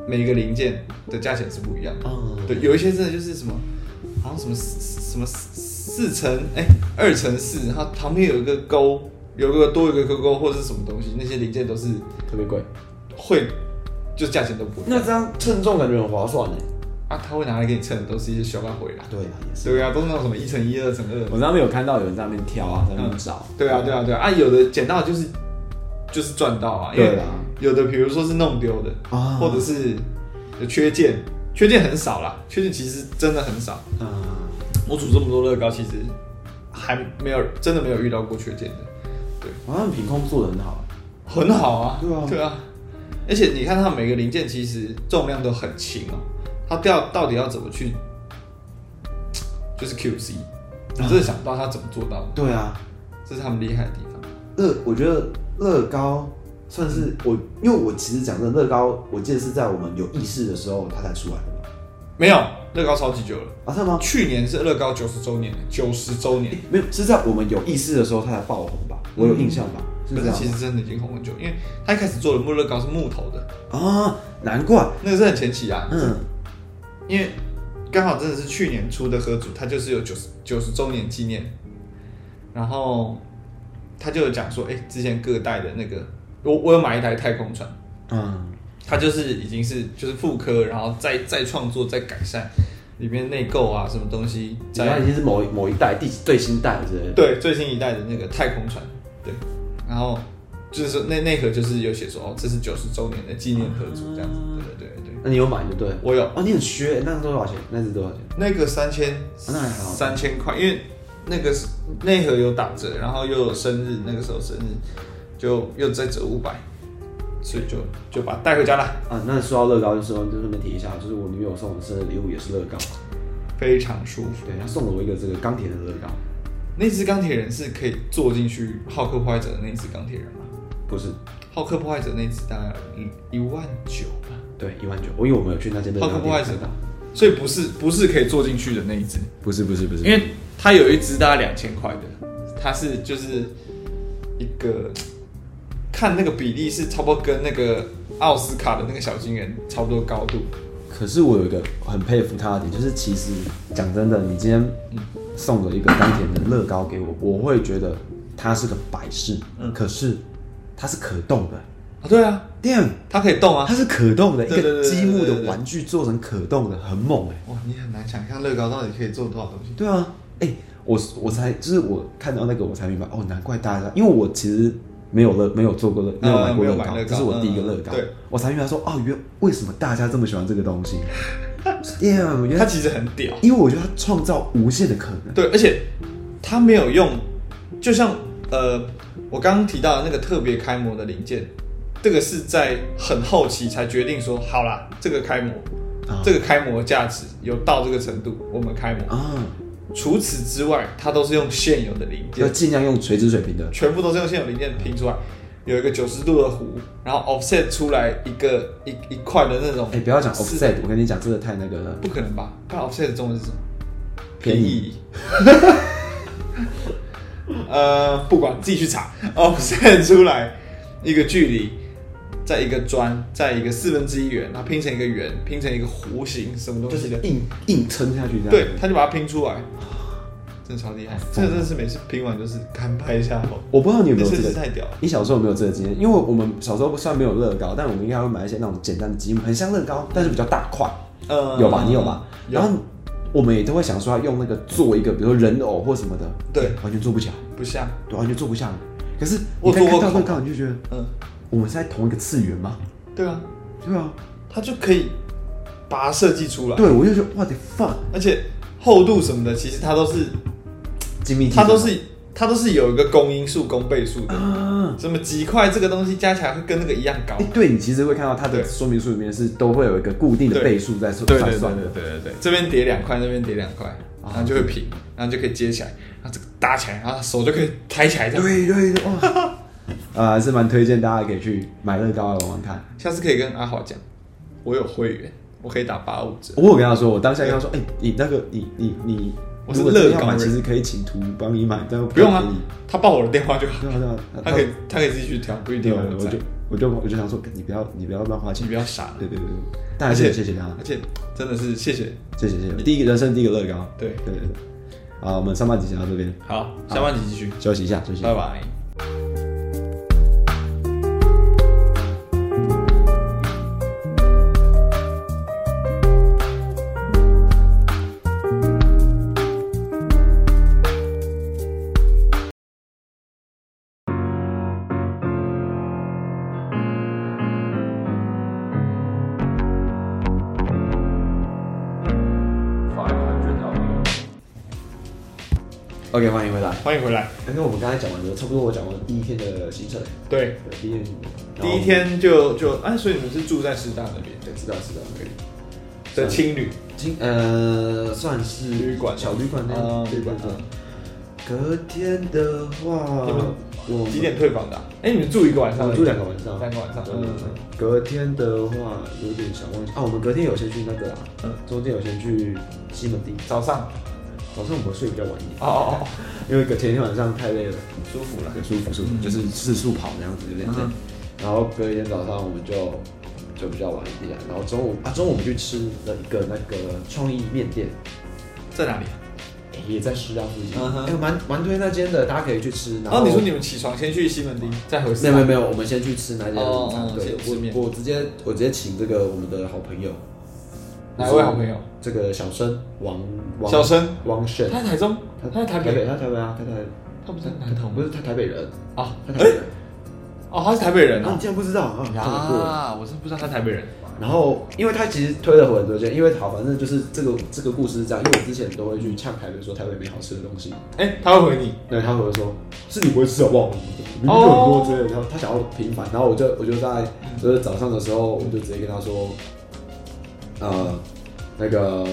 每一个零件的价钱是不一样的。
哦
对，有一些真的就是什么，好像什么四什么四四乘哎、二乘四，然后旁边有一个勾，有一个多一个勾勾或者是什么东西，那些零件都是
特别贵。
会就价钱都不一
那
样
这样称重感觉很划算呢。欸
啊，他会拿来给你称的都是一些小干回来，
对啊，也是。
对啊，都是那种什么一乘一、二乘二，
我上面有看到有人在那边挑啊，在那边找。
对啊对啊对啊，啊有的捡到就是就是赚到啊，因为
对啊
有的比如说是弄丢的，
啊
或者是有缺件，缺件很少啦，缺件其实真的很少。
啊，
我煮这么多乐高，其实还没有真的没有遇到过缺件的。对，
好像品控做的很好，
很好啊，
对啊
对啊，而且你看它每个零件其实重量都很轻哦，它掉到底要怎么去，就是 QC，你
啊
真的想不到它怎么做到的，
对啊，
这是他们厉害的地方。
乐，我觉得乐高算是我，因为我其实讲真的，乐高我记得是在我们有意识的时候它才出来的嘛。
没有乐高超级久了，
啊，是吗？
去年是乐高九十周年，九十周年，
没有，是在我们有意识的时候它才爆红吧？我有印象吧？是
可
这
是
样
嗯其
吧
实真的已经红很久，因为他一开始做的木乐高是木头的，
啊，难怪，
那个是很前期啊，
嗯，
因为刚好真的是去年出的合组，它就是有九十九十周年纪念，然后他就有讲说，哎、之前各代的那个，我我有买一台太空船，
嗯，
它就是已经是就是复刻，然后再再创作再改善，里面内购啊什么东西，
人家
在
已经是某一某一代第最新代之类的。
对最新一代的那个太空船，对，然后就是说那内核就是有写说，哦，这是九十周年的纪念合组这样子，对对对对，
那你有买就对了。
我有。
哦，你很缺，那是多少钱？那是多少钱？啊
那个三千，
那还好
三千块，因为那个是内核有打折，然后又有生日，那个时候生日就又再折五百，所以就就把它带回家了，
啊，那说到乐高，就是就顺便提一下，就是我女友送我的生日礼物也是乐高，
非常舒服。
对，她送了我一个这个钢铁的乐高，
那只钢铁人是可以坐进去浩克破坏者的那只钢铁人吗？
不是，
浩克破坏者那只大概一一万九吧，
对，一万九，我因为我们有去那间乐
浩
高
克
店
破坏者
看到，
所以不是不是可以坐进去的那一只，
不是不是不是
因为它有一只大概两千块的，它是就是一个看那个比例是差不多跟那个奥斯卡的那个小金人差不多高度。
可是我有一个很佩服他的点，就是其实讲真的，你今天送了一个钢铁的乐高给我，我会觉得它是个摆饰，
嗯
可是它是可动的
啊，对啊，
，damn，
它可以动啊
它。是可动的，一
对对
个
对对
积木
对对
的
对
玩具做成可动的，很猛哎、
哇，你很难想象乐高到底可以做多少东西。
对啊，哎、我我才就是我看到那个我才明白哦，难怪大家，因为我其实没有乐没有做过乐，没有买过
嗯没有
乐
买
高，
乐高
这是我第一个乐高，
嗯嗯对
我才明白说哦，原为什么大家这么喜欢这个东 西，damn，原
它
来
其实很屌，
因为我觉得它创造无限的可能，
对，而且它没有用，就像呃，我刚刚提到的那个特别开模的零件，这个是在很后期才决定说，好啦，这个开模，
啊
这个开模价值有到这个程度，我们开模。
啊，
除此之外，它都是用现有的零
要
件，
尽量用垂直水平的，
全部都是用现有零件拼出来。有一个九十度的弧，然后 offset 出来一个一一块的那种。
哎、不要讲
是
offset，我跟你讲，这个太那个了，
不可能吧？但 offset 的中文是什么？
便宜。
呃，不管自己去查 offset 出来一个距离，在一个砖，在一个四分之一圆，它拼成一个圆，拼成一个弧形，什么
就
东
是
西的。
硬硬撑下去这样，
对，他就把它拼出来，真的超厉害！这
疯
个真的是每次拼完就是干拍一下头，
我不知道你有没
这
有这
设
个
计太屌了。
你小时候有没有这个经验？因为我们小时候虽然没有乐高，但我们应该会买一些那种简单的积木，很像乐高，但是比较大块，
呃，
有吧？你有吧？
有
然后我们也都会想说要用那个做一个，比如说人偶或什么的，
对，
完全做不起来，
不像，
对，完全做不下来。可是
我
你
做
看
过
看到
口
乐高，你就觉得
嗯，
我们是在同一个次元吗？
对啊，
对啊，
它就可以把它设计出来，
对我就觉得哇，the fuck，
而且厚度什么的，其实它都是
精密计
它
算
都是它都是有一个公因数、公倍数的，
啊。
什么几块这个东西加起来会跟那个一样高
哎。对你其实会看到它的
对
说明书里面是都会有一个固定的
对
倍数在算
对
算
对对
算
对
的，
对对对，这边叠两块，那边叠两块，
啊
然后就会平，然后就可以接起来，然后这个搭起来，然后手就可以抬起来这样。
对对对，哇， 啊，还是蛮推荐大家可以去买乐高来玩玩看。
下次可以跟阿华讲，我有会员，我可以打八五折。
我有跟他说，我当下跟他说，哎、你那个你你你，
我是
如果真的要
乐高
买，
人
其实可以请图帮你买，但
不用啊
便宜，
他报我的电话就好，
对啊对啊，
他可以他可以自己去调，不一定
对
有
啊，
人
我
在
就。我就我就想说，你不要你不要乱花
你
钱，
不要傻了
对，对对对，但还是很谢谢他，
而且真的是谢谢。
谢谢谢谢，第一个人生第一个乐高，
对
对对对，啊，我们上半集讲到这边，
好，下半集继续，
休息一下，休息一下
拜。拜。
OK，欢迎回来。
欢迎回来。
哎那我们刚才讲完了，差不多我讲完第一天的行程。
对，
对，第一天的行程。然后
第一天就就哎、所以你们是住在师大那边
对，知道知道可以。啊
的青旅，
今呃算是
旅馆
小旅馆那
嗯
样旅馆。对
嗯
隔天的话
你们，
我
几点退房的啊、哎、你们住一个晚上而
我
已？
住两个晚上，
三个晚上。
嗯
嗯，
隔天的话有点想忘记啊，我们隔天有先去那个啦，
嗯
中间有先去西门町，
早上。
早上我们睡比较晚一点，
哦哦哦，
因为隔前一天晚上太累了，
舒服了。
很舒服舒服，
嗯
就是四处跑那样子有点累
嗯，
然后隔一天早上我们就就比较晚一点，然后中午啊中午我们去吃了一个那个创意面店，
在哪里啊？
欸也在师大附近，
嗯哼
哎蛮蛮推那间的，大家可以去吃。然
然后哦你说你们起床先去西门町，再回
没
师
有没
大。
有没有，我们先去吃那间
哦
午餐
哦。
对
先，吃面
我我直接我直接请这个我们的好朋友，
哪位好朋友？
这个小生王王
小生
王胜，
他在台中，他在台北，
他台北嗯啊，他台
他不是南投
不
吗？
是他台北人，
啊，
他台北
哎，
人。
哦，他是台北人
啊，你
啊。
竟然不知道啊？看得过。
啊，我真不知道他台北人。
然后，因为他其实推了我很多间，因为好，反正就是这个这个故事是这样，因为我之前都会去呛台北说台北没好吃的东西，
哎，他会回你。
那他会说：“是你不会吃好不好？明明就很多之类
哦
的。”然后他想要平反，然后我就我就在
嗯
就是早上的时候，我就直接跟他说：“呃，那个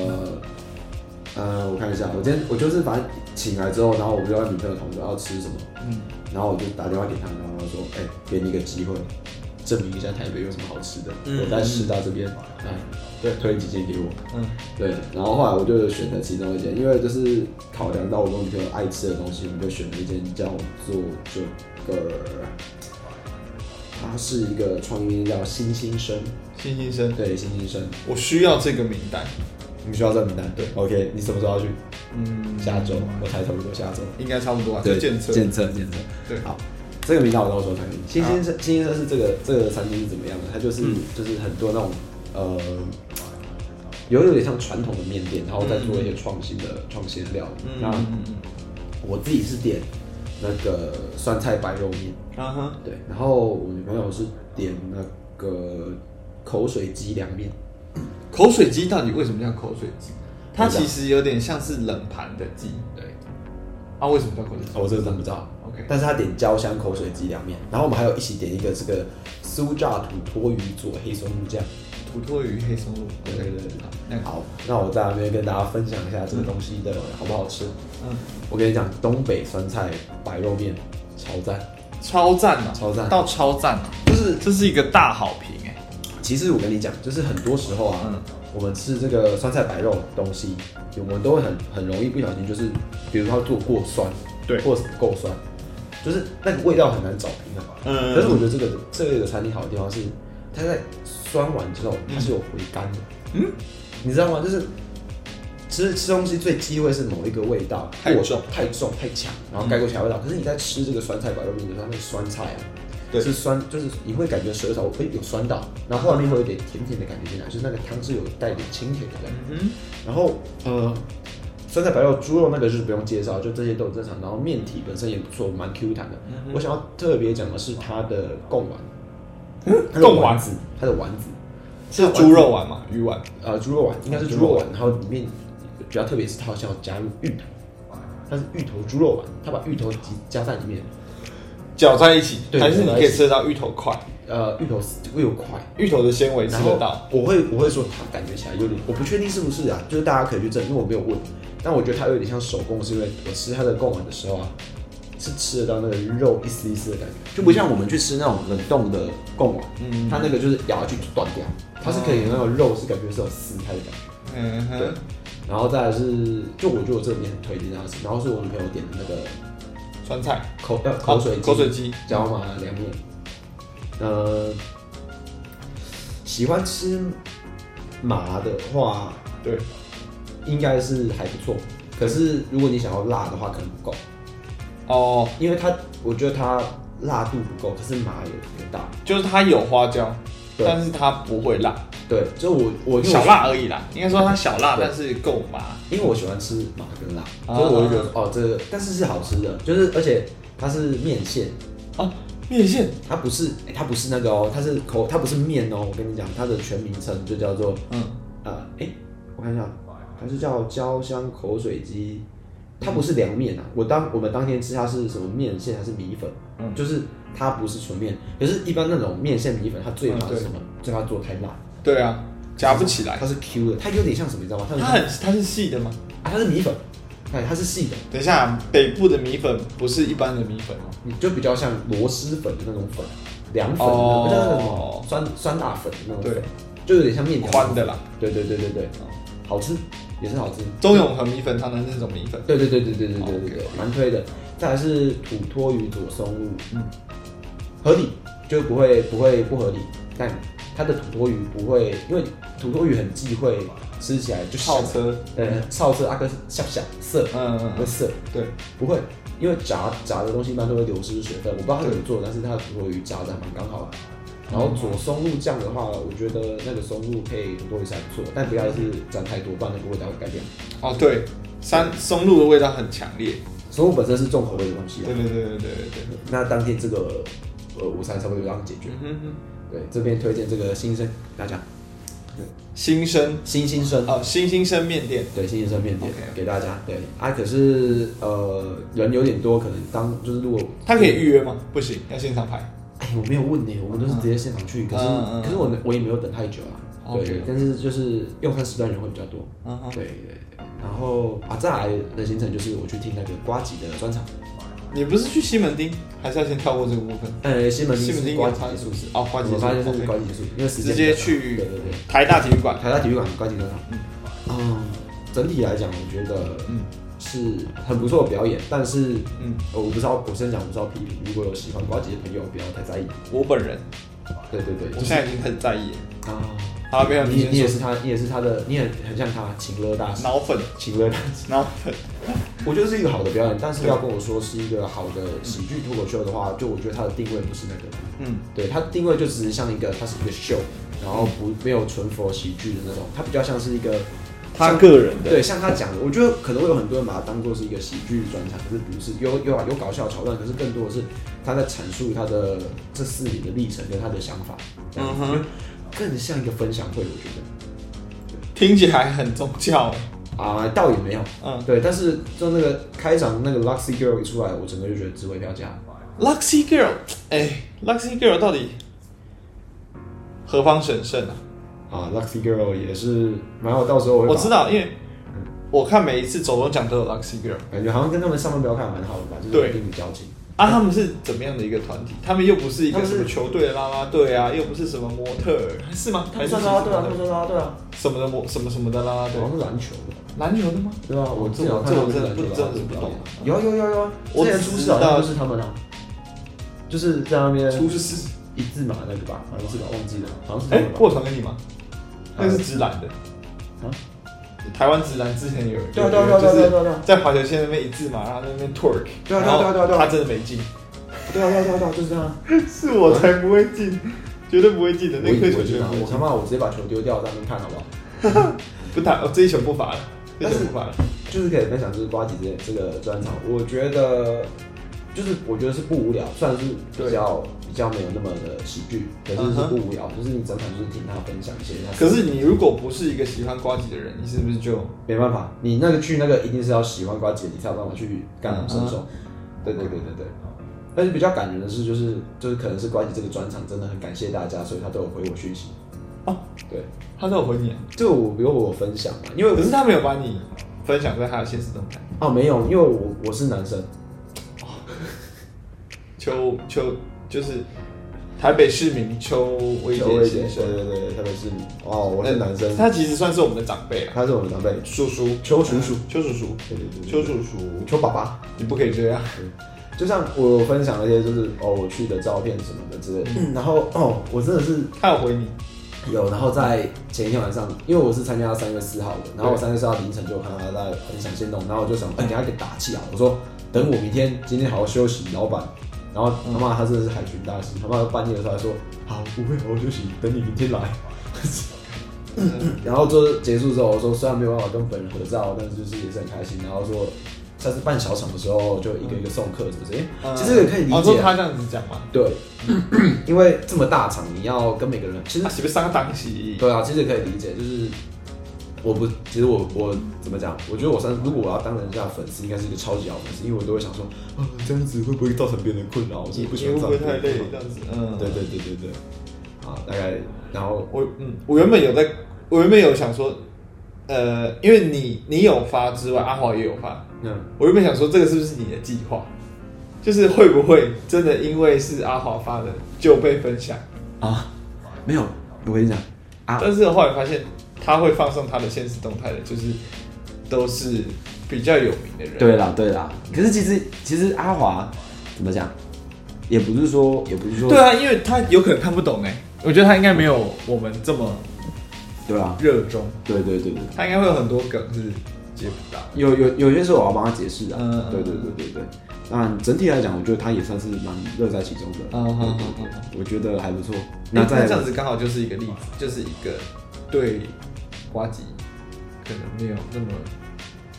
呃，我看一下，我今天我就是反正请来之后，然后我就跟女朋友讨论要吃什么，
嗯，
然后我就打电话给他，然后他说：‘哎、给你一个机会，证明一下台北有什么好吃的。
嗯
我在师大这边，哎、对，推几间给我。’
嗯，
对，然后后来我就选择其中一间，因为就是考量到我跟我女朋友爱吃的东西，我们就选了一间叫做这个，它是一个创意叫新新生，
新新生，
对，新新生，
我需要这个名单。
你需要这名单，
对
，OK，你什么时候要去？
嗯，
下周，我抬头如果下周，
应该差不多啊，就
对，
检测。
检测，检测，
对
好。这个名单我到时候传给你。新先生，新先生是这个这个餐厅是怎么样的？它就是、
嗯
就是很多那种呃，有有点像传统的面店，然后再做一些创新的创新的料理。
嗯
那
嗯嗯
我自己是点那个酸菜白肉面，
嗯，啊哈，
对，然后我女朋友是点那个口水鸡凉面，
口水鸡到底为什么叫口水鸡？它其实有点像是冷盘的鸡
对，
啊，为什么叫口水鸡
我哦真的不知道。
？OK，
但是她点焦香口水鸡凉面，然后我们还有一起点一个这个酥炸土托鱼佐黑松露酱。
土托鱼黑松露，
对对对对
那
对。
个
好，那我在那边跟大家分享一下这个东西的好不好吃。
嗯，
我跟你讲，东北酸菜白肉面超赞，
超赞啊，
超赞
到超赞啊，
就是
这是一个大好评哎、
其实我跟你讲，就是很多时候啊，
嗯
我们吃这个酸菜白肉的东西，我们都会很很容易不小心，就是比如说它做过酸，
对
或是够酸，就是那个味道很难找平衡。
嗯
可是我觉得这个这个餐厅好的地方是，它在酸完之后，它是有回甘的。
嗯，
你知道吗？就是吃吃东西最忌讳是某一个味道
太
过
重嗯
太重、太强，然后盖过其他味道。可是你在吃这个酸菜白肉面的时候，它那个酸菜啊，
对
是酸，就是你会感觉舌头会有酸到，然后后面会有点甜甜的感觉进来，就是那个汤是有带点清甜的感觉。
嗯
然后呃，酸菜白肉、猪肉那个就是不用介绍，就这些都很正常。然后面体本身也不错，蛮 Q 弹的。
嗯哼
我想要特别讲的是它的贡丸，它的
贡丸
子，它的丸子
是猪肉丸嘛，鱼丸，
呃，猪肉丸应该是猪肉丸，然后里面比较特别是它好像有加入芋头，它是芋头猪肉丸，它把芋头挤加在里面，
搅在一起，
对
还是你
搅在
可
一
以
起
吃得到芋头块，
呃，芋头丝会有块，
芋头的纤维吃
然后
得到，
我会我会说它感觉起来有点，我不确定是不是啊，就是大家可以去证，因为我没有问，但我觉得它有点像手工，是因为我吃它的贡丸的时候啊，是吃得到那个肉一丝一丝的感觉，就不像我们去吃那种冷冻的贡丸，
嗯
它那个就是咬下去就断掉，它是可以有那种肉是感觉是有撕开的感觉。
嗯
对
哼，，
然后再来是，就我觉得我这里面很推荐大家吃，然后是我女朋友点的那个
酸菜，
口呃口水
啊
鸡
口水鸡，
椒麻凉面，呃，喜欢吃麻的话
对，
应该是还不错，可是如果你想要辣的话可能不够，
哦，
因为它我觉得它辣度不够，可是麻有有大，
就是它有花椒，
对
但是它不会辣，
对，就我我因为我
小辣而已啦，应该说它小辣，
对
但是够麻，
因为我喜欢吃麻跟辣，
啊
所以我就觉得哦这个，但是是好吃的，就是而且它是面线。
啊，面线，
它不是、欸它不是那个哦，它是口，它不是面哦。我跟你讲，它的全名称就叫做
嗯，
呃，哎、我看一下，它是叫焦香口水鸡它不是凉面啊。我当我们当天吃它是什么面线还是米粉，
嗯
就是它不是纯面。可是，一般那种面线米粉，它最怕是什么？最怕做太辣，
对啊，嗯夹不起来。
它是 Q 的，它有点像什么，你知道吗？它
它
有
很它是细的吗？
啊它是米粉，哎，它是细的，
等一下，北部的米粉不是一般的米粉哦。
你就比较像螺蛳粉的那种粉，凉粉的，
哦
不叫那种什么酸酸辣粉的那种
对
粉，就有点像面条
宽的啦。
对对对对对
哦，
好吃，也是好吃。
中永和米粉汤的那种米粉，
对对对对对对对对
OK
对，蛮推的。再来是土托鱼佐松露，
嗯
合理，就不会不会不合理，但它的土托鱼不会，因为土托鱼很忌讳吃起来就
泡
涩，
车，
呃，少涩阿哥下不下涩，
嗯嗯
会
嗯，
涩，
对，
不会，因为炸炸的东西一般都会流失水分，我不知道它
对
怎么做，但是它的土托鱼炸的还蛮刚好的。啊然后佐松露酱的话，我觉得那个松露配土托鱼是还不错，但不要是沾太多，不然那个味道会改变。
哦对，山松露的味道很强烈，
松露本身是重口味的东西啊
对，对对对对对对，
那当天这个呃午餐差不多就让解决。
嗯哼哼，
对，这边推荐这个新生，大家
新生
新新生，
哦，新新生面店，
对新新生面店
OK
给大家。对啊，可是呃人有点多，可能当就是如果
它可以预约吗？不行，要现场排。
哎，我没有问你，我们都是直接现场去，可是
嗯嗯
可是我我也没有等太久啊。对
OK，
但是就是用餐时段人会比较多。
嗯哼，
对对对，然后啊再来的行程就是我去听那个瓜吉的专场，
你不是去西门町，还是要先跳过这个部分？
呃西门町
西门
是
町
瓜
有
吉
差
结束，
是哦，花
我
姐
们发现是
OK
瓜吉结束，因为时间
直接
比较赶
去
对对对。
台大体育馆，
台大体育馆高级多少？嗯，整体来讲，我觉得
嗯
是很不错的表演，但是
嗯，
呃我不知道，我先讲我不知道批评，如果有喜欢瓜吉的朋友，不要太在意。
我本人，
对对对，
我
就是
现在已经很在意了，
啊，
好了没有你
你
先
你也
说
是他，你也是他的，你也很像他，情勒大师，
脑粉，
情勒大师。
脑粉，
我觉得是一个好的表演，但是要跟我说是一个好的喜剧脱口秀的话，就我觉得他的定位不是那个，
嗯，
对他定位就只是像一个，它是一个秀，然后不没有纯佛喜剧的那种，它比较像是一个
他个人的
对，像他讲的，我觉得可能会有很多人把它当做是一个喜剧专场，可是不是有有有搞笑桥段，可是更多的是他在阐述他的这四年的历程跟他的想法，这样子
嗯哼
就更像一个分享会，我觉得
听起来很宗教，
啊、倒也没有，
嗯
对，但是就那个开场那个 Luxy Girl 一出来，我整个就觉得值回票价。
，Luxy Girl，哎，Luxy Girl 到底何方神圣啊？
啊，Luxy Girl 也是蛮好，到时候我会把
我知道，因为我看每一次走中奖都有 Luxy Girl
感觉好像跟他们上班不要看蛮好的吧，就是
对
有一定的交情。
啊，他们是怎么样的一个团体？他们又不是一
他
个
们
什
是
么球队的啦啦队啊，又不是什么模特儿，是吗？还是什么的
算啦啦队啊，哦
什么的模什么什么的啦啦队
好像，是篮球的。
篮球的吗？
对啊，我
这
至少
我
看
这
到
我
日
真的
本
不
球
真的
啊
是不懂。
有有有有啊，
我
之前
只
出
知
事好像
道
就是他们啊，就是在那边
出事？
一字马那个吧，好像是吧，忘记了，好像是他
哎
们，吧。
我有传给你吗？那个是直男的，
啊
台湾直男之前有，
对啊
有
对啊
有
对啊
就是
对啊对啊
在滑雪线那边一字马，然后在那边 twerk，
对啊对啊
然后
对啊对啊对啊
他真的没进，
对啊对啊对啊对啊，就是这样啊。
是我才不会进，绝对不会进的，
我
那
以
颗
为
球
我
绝
知
对
道
不会
我他
进，
妈我直接把球丢掉在那边看好不好？
不打，我这一球不罚了，这一球不罚了，
就是可以分享，就是瓜吉这这个专场，我觉得就是我觉得是不无聊，算是比较比较没有那么的喜剧，可是
嗯
是
哼
不无聊，就是你整场就是听他分享一些他
可是你如果不是一个喜欢瓜子的人，你是不是就
没办法，你那个去那个一定是要喜欢瓜姐，你才有办法去感同身受。嗯对对对对对。但是比较感人的是，就是就是可能是瓜姐这个专场真的很感谢大家，所以他都有回我讯息。
哦，
对，
他都有回你啊？
就我有我分享嘛，因为
可
我
是他没有把你分享在他的现实动态，
哦没有，因为我我是男生，
邱邱就是台北市民邱威
邱
杰
威
先
杰对
生，
对对，特别是哦，我是男生，
他其实算是我们的长辈了，
他是我们长辈，
叔叔
邱叔叔，
邱叔叔，
对对对
邱
对，
叔叔，
邱爸爸。
你不可以这样，
就像我分享了一些就是哦我去的照片什么的之类的，然后哦我真的是
他有回你，
有，然后在前一天晚上，因为我是参加三月四号的，然后我三月四号凌晨就有看到他在分享线动，然后我就想，哎、给他一个打气啊！我说，等我明天今天好好休息，老板。然后他妈他真的是海群大师，他妈半夜的时候还说，好，我会好好休息，等你明天来。然后就是结束之后，我说虽然没有办法跟本人合照，但是就是也是很开心。然后说下次办小场的时候，就一个一个送客什么之类的。哎
嗯
其实也可以理
哦
解
就
啊，
他这样子讲嘛，
对，因为这么大场，你要跟每个人，其实
他是不是上当时
对啊，其实可以理解，就是我不，其实我我怎么讲？我觉得我三，如果我要当人家的粉丝，应该是一个超级好粉丝，因为我都会想说，啊，这样子会不会造成别人的困扰？我是
也
不喜
也
欢
会
造
不
成
会
别
太
人的困
累这
扰。
样子？嗯，
对对对对对，啊，大概，然后
我嗯，我原本有在，我原本有想说，呃，因为你你有发之外，阿华也有发，
那
我原本想说这个是不是你的计划？就是会不会真的因为是阿华发的就被分享？
啊，没有，我跟你讲，啊，
但是后来发现他会放上他的现实动态的，就是都是比较有名的人。
对啦对啦，可是其实其实阿华怎么讲，也不是说也不是说
对啊，因为他有可能看不懂哎、我觉得他应该没有我们这么
对啊，
热衷，
对对对对，
他应该会有很多梗是接不到。
有有有些时候我要帮他解释啊，
嗯
对对对对对。但整体来讲，我觉得他也算是蛮乐在其中的，
嗯好好好
我觉得还不错。
那
那
这
在
样子刚好就是一个例子，就是一个对瓜吉可能没有那么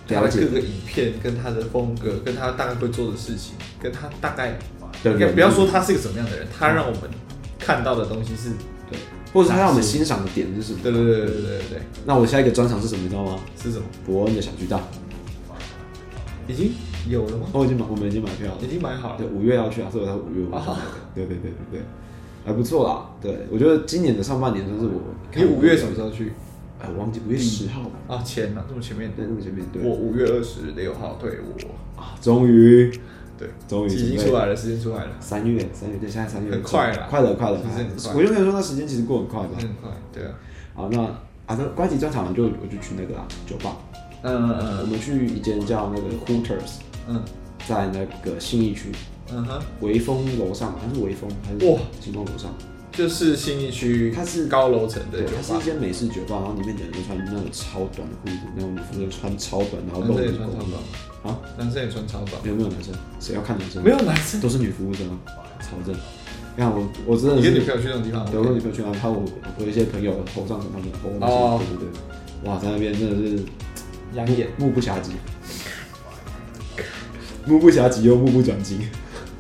他
了
的
解
各个影片跟他的风格，跟他大概会做的事情，跟他大概
对
应该
对
不要说他是个什么样的人，他让我们看到的东西是，
对，或者是他让我们欣赏的点是什么？
对对对对对对对，
那我下一个专场是什么，你知道吗？
是什么？
伯恩的小巨蛋，
已经有了吗？
哦，我已经买，我们已经买票了
已，经买好了
对，。五月要去啊，所以我才五月我才买
哦
的，对对对对对，还不错啦。对，我觉得今年的上半年算是我，
你五月什么时候去？
哎，我忘记五月十号吧，
啊，前啊，这么前面。
对，那么前面对
我五月二十六号退伍，
啊，终于
对，
终于
已经出来了，时间出来了，
三月，三月对，现在三月
很快了
快了，快了，
其实
快了
很快
我就没有说那时间其实过很快吧。
很快，对啊，
好，那啊，那关起专场就我就去那个啦酒吧，
嗯
我
嗯
们去一间叫那个 Hooters，
嗯
在那个信义区
嗯哼，
微风楼上，它是微风还是
哇
星光楼上？
就是信义区，
它是
高楼层的
对，
酒
它是一
吧，
间美式酒吧，然后里面的人就穿那种超短的裤子，那种就是穿超短，然后
男
露
生也
乳
穿超
沟。
短，
啊，
男生也穿超短，
有没有男生？谁要看男生？
没有男生，
都是女服务生啊，超正。你看我，我真的
你
是
跟女朋友去那种地方，
德国女朋友去那，他我我有一些朋友头上什么的，头上
哦
对对对，哇，在那边真的是
养眼，
目不暇及， 目不暇及又目不转睛。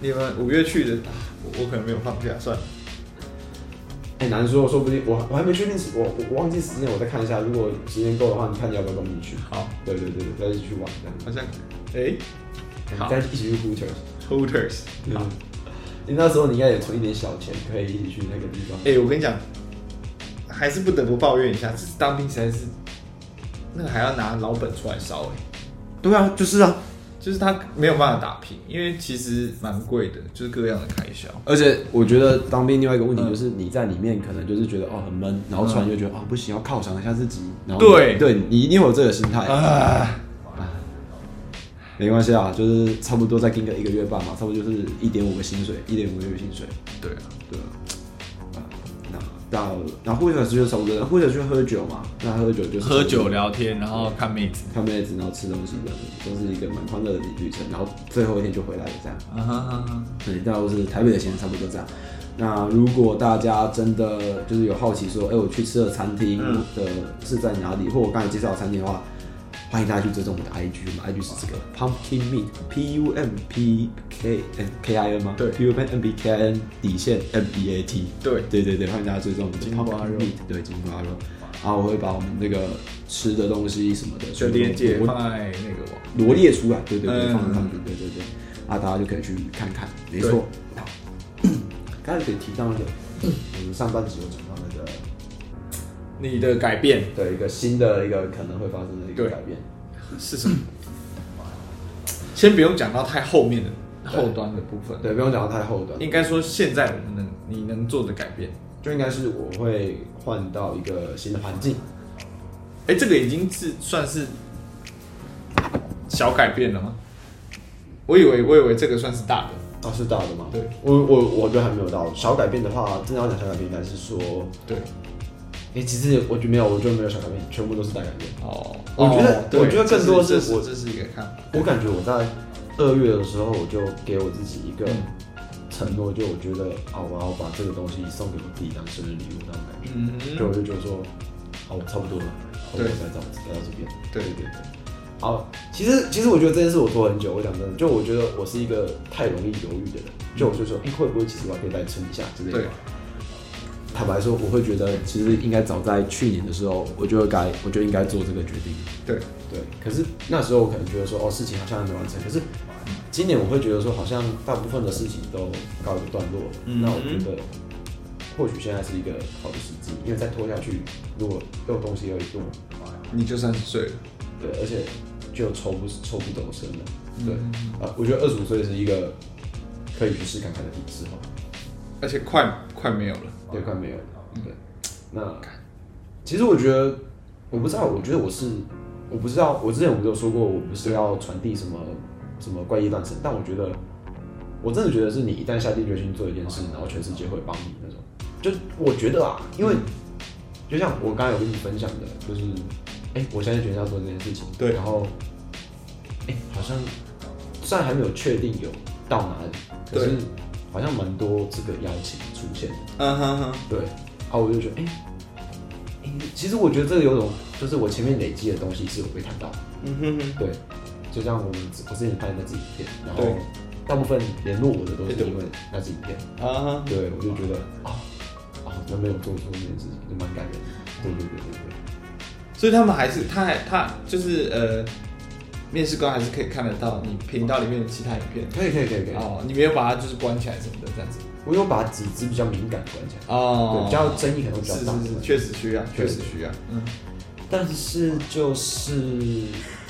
你们五月去的，啊我我可能没有放假，算了，
哎、难说，说不定我我还没确定时，我我我忘记时间，我再看一下。如果时间够的话，你看你要不要跟我们一起去？
好，
对对对，对再一起去玩这样
好像，哎好
再一起去 Hooters。
，Hooters，
嗯，你那时候你应该也存一点小钱，可以一起去那个地方。
哎，我跟你讲，还是不得不抱怨一下，这当兵实在是，那个还要拿老本出来烧，哎。
对啊，就是啊，
就是他没有办法打平，因为其实蛮贵的，就是各样的开销。
而且我觉得当兵另外一个问题
嗯
就是你在里面可能就是觉得哦很闷，然后突然就觉得啊、哦、不行要犒赏一下自己，然后
对
对你一定会有这个心态，
啊，
没关系啊，就是差不多再跟个一个月半嘛，差不多就是一点五个薪水，一点五个月薪水，
对啊，
对啊，啊那到然后或者就是差不多，然后或者去喝酒嘛，那喝酒就是
喝酒聊天，然后看妹子。
看妹子，然后吃东西这样子，都是一个蛮欢乐的旅程，然后最后一天就回来了这样。
啊哈哈哈，
对，大概都是台北的钱差不多这样。那如果大家真的就是有好奇说，哎、我去吃的餐厅
嗯
的是在哪里，或我刚才介绍的餐厅的话，欢迎大家去追踪我们的 IG，我们 IG 是这个 Pumpkin Meat P U M P K N K I N 吗？
对
，P U M P K I N 底线 M B A T。
对
对对对，欢迎大家追踪我们的
金瓜
Pumpkin
肉
Meat，对金瓜肉。然后我会把我们那个吃的东西什么的，
就
全部
连接
我
放在那个网。
罗列出来，对对对，
嗯
放在上面，对对对，啊，大家就可以去看看，没
对
错。好， 刚才得提 到那个，我们上半集有讲到那个，
你的改变
对一个新的一个可能会发生的一个
对
改变，
是什么？先不用讲到太后面的后端的部分，
对，不用讲到太后端，
应该说现在我们能你能做的改变，
就应该是我会换到一个新的环境，
哎，这个已经是算是小改变了吗？我以为我以为这个算是大的。
啊，是大的吗？
对，
我我我觉得还没有到小改变的话，真的要讲小改变，应该是说，
对，
哎、其实我觉得没有，我觉得没有小改变，全部都是大改变。
哦，
我觉得
哦对
我觉得更多
这
的
是
是
这
我
是这是一个看法，
我感觉我在二月的时候，我就给我自己一个
嗯
承诺，就我觉得啊，我要把这个东西送给我自己当生日礼物那种感觉。
嗯
就我就觉得说，好，我差不多了，好，我
对
再找来到这边。
对
对对。好，其实其实我觉得这件事我拖很久。我讲真的，就我觉得我是一
嗯
个太容易犹豫的人。就我就说，哎、会不会其实我还可以再撑一下之类的
对。
坦白说，我会觉得其实应该早在去年的时候，我就该我就应该做这个决定。
对，
对，可是那时候我可能觉得说，哦，事情好像还没完成。可是今年我会觉得说，好像大部分的事情都告一个段落了。
嗯
那我觉得或许现在是一个好的时机，因为再拖下去，如果又东西又一多，
你就三十岁了，
对，而且就抽不抽不走身了。对，
嗯
啊，我觉得二十五岁是一个可以去试看看的时候。
而且快快没有了。
对，快没有了。
嗯
对，那其实我觉得，我不知道，我觉得我是，我不知道，我之前我们有说过，我不是要传递什么什么怪异乱神，但我觉得，我真的觉得是你一旦下定决心做一件事，然后全世界会帮你那种。就我觉得啊，因为就像我刚才有跟你分享的，就是，哎、我现在决定要做这件事情，
对
然后，哎、好像虽然还没有确定有到哪里，可是
对
好像蛮多这个邀请出现的。
嗯哼哼，
对，然后我就觉得，哎、哎其实我觉得这个有种，就是我前面累积的东西是我被看到的，
嗯哼哼，
对，就像我们我之前拍那支影片，然后
对
大部分联络我的都是
对对
因为那支影片，
啊哈，
对我就觉得啊啊，那边有做出这件事情，就蛮感人的，对对对对对，
所以他们还是，他还他就是呃，面试官还是可以看得到你频道里面的其他影片。
可以可以可以可以，
哦，你没有把它就是关起来什么的这样子。
我有把几支比较敏感的关起来，对，
哦
比较争议可能会比
是
较大，
是是，确实需要，确实需要。嗯，
但是就是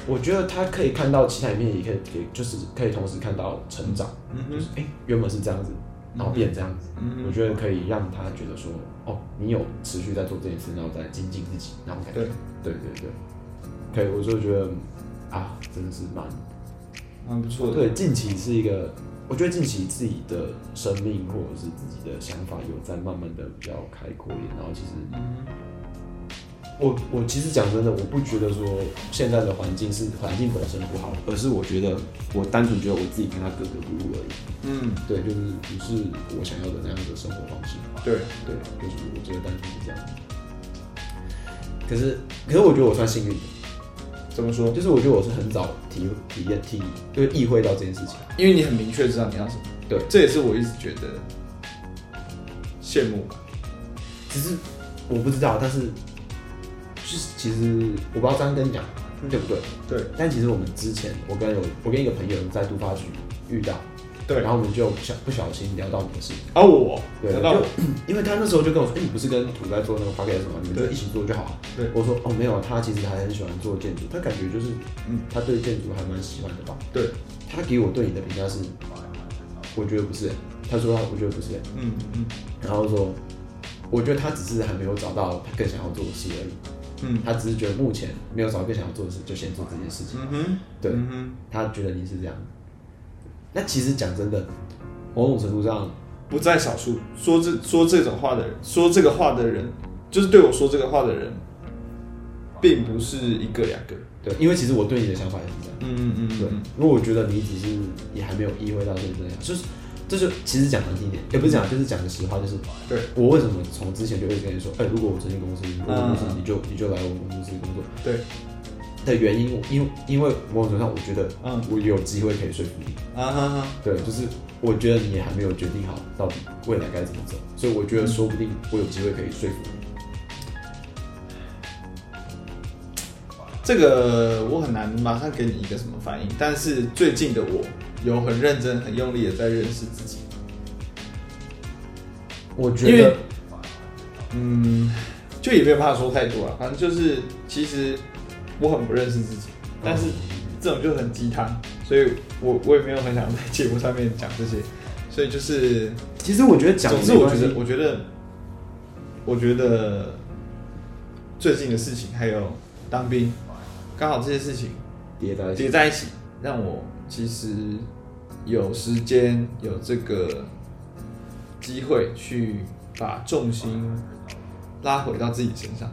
我觉得他可以看到其他里面，也可以给，就是可以同时看到成长，
嗯哼
就是哎、诶原本是这样子，然后变这样子，
嗯
我觉得可以让他觉得说，哦，你有持续在做这件事，然后再精进自己，然后感觉，
对，
对对对，可以，我就觉得啊，真的是蛮，
蛮不错的。
对，近期是一个。我觉得近期自己的生命或者是自己的想法有在慢慢的比较开阔一点，然后其实
嗯
我我其实讲真的，我不觉得说现在的环境是环境本身不好，而是我觉得我单纯觉得我自己跟他格格不入而已。
嗯，
对，就是不是我想要的那样的生活方式。
对，
对，就是我觉得单纯是这样。可是，可是我觉得我算幸运的，
怎么说？
就是我觉得我是很早体体验体就是意会到这件事情。啊
因为你很明确知道你要什么。
对，
这也是我一直觉得羡慕吧。
只是我不知道，但是就是其实我不知道这样跟你讲对不对，
对
但其实我们之前，我跟有我跟一个朋友在突发局遇到，
对，
然后我们就不小不小心聊到你的事，
啊我，
对，
难道
就 因为他那时候就跟我说，哎、你不是跟土在做那个 p o d c a 吗？你们就
对
一起做就好了。
对
我说哦没有，他其实还很喜欢做建筑，他感觉就是，嗯，他对建筑还蛮喜欢的吧。
对，
他给我对你的评价是，我觉得不是、他说他我觉得不是、
嗯嗯
然后说，我觉得他只是还没有找到他更想要做的事而已，
嗯
他只是觉得目前没有找到更想要做的事，就先做这件事情。
嗯哼，
对
嗯哼。
他觉得你是这样。那其实讲真的，某种程度上，
不在少数。说这说这种话的人，说这个话的人，就是对我说这个话的人，并不是一个两个。
对，因为其实我对你的想法也是这样。
嗯嗯
对，因为我觉得你只是也还没有意会到这个这样，就是这就其实讲难听一点，也不是讲，就是讲个实话，就是
对
我为什么从之前就会跟你说，哎、如果我成立公司，如果我公司
嗯嗯
你就你就来我们公司工作
对，
的原因，我因为因为某种程度上，我觉得
嗯
我有机会可以说服你。
啊哈哈，
对，就是我觉得你也还没有决定好到底未来该怎么走，所以我
嗯
觉得说不定我有机会可以说服你。
这个我很难马上给你一个什么反应，但是最近的我有很认真、很用力的在认识自己，
我
因
觉
为
得，
嗯，就也没有办法说太多了，反正就是其实我很不认识自己，但是
嗯
这种就很鸡汤，所以我我也没有很想在节目上面讲这些，所以就是
其实我觉得讲
总
没关系，
之，我觉得，我觉得，我觉得最近的事情还有当兵，刚好这些事情
叠在一起
叠在一起，让我其实有时间有这个机会去把重心拉回到自己身上，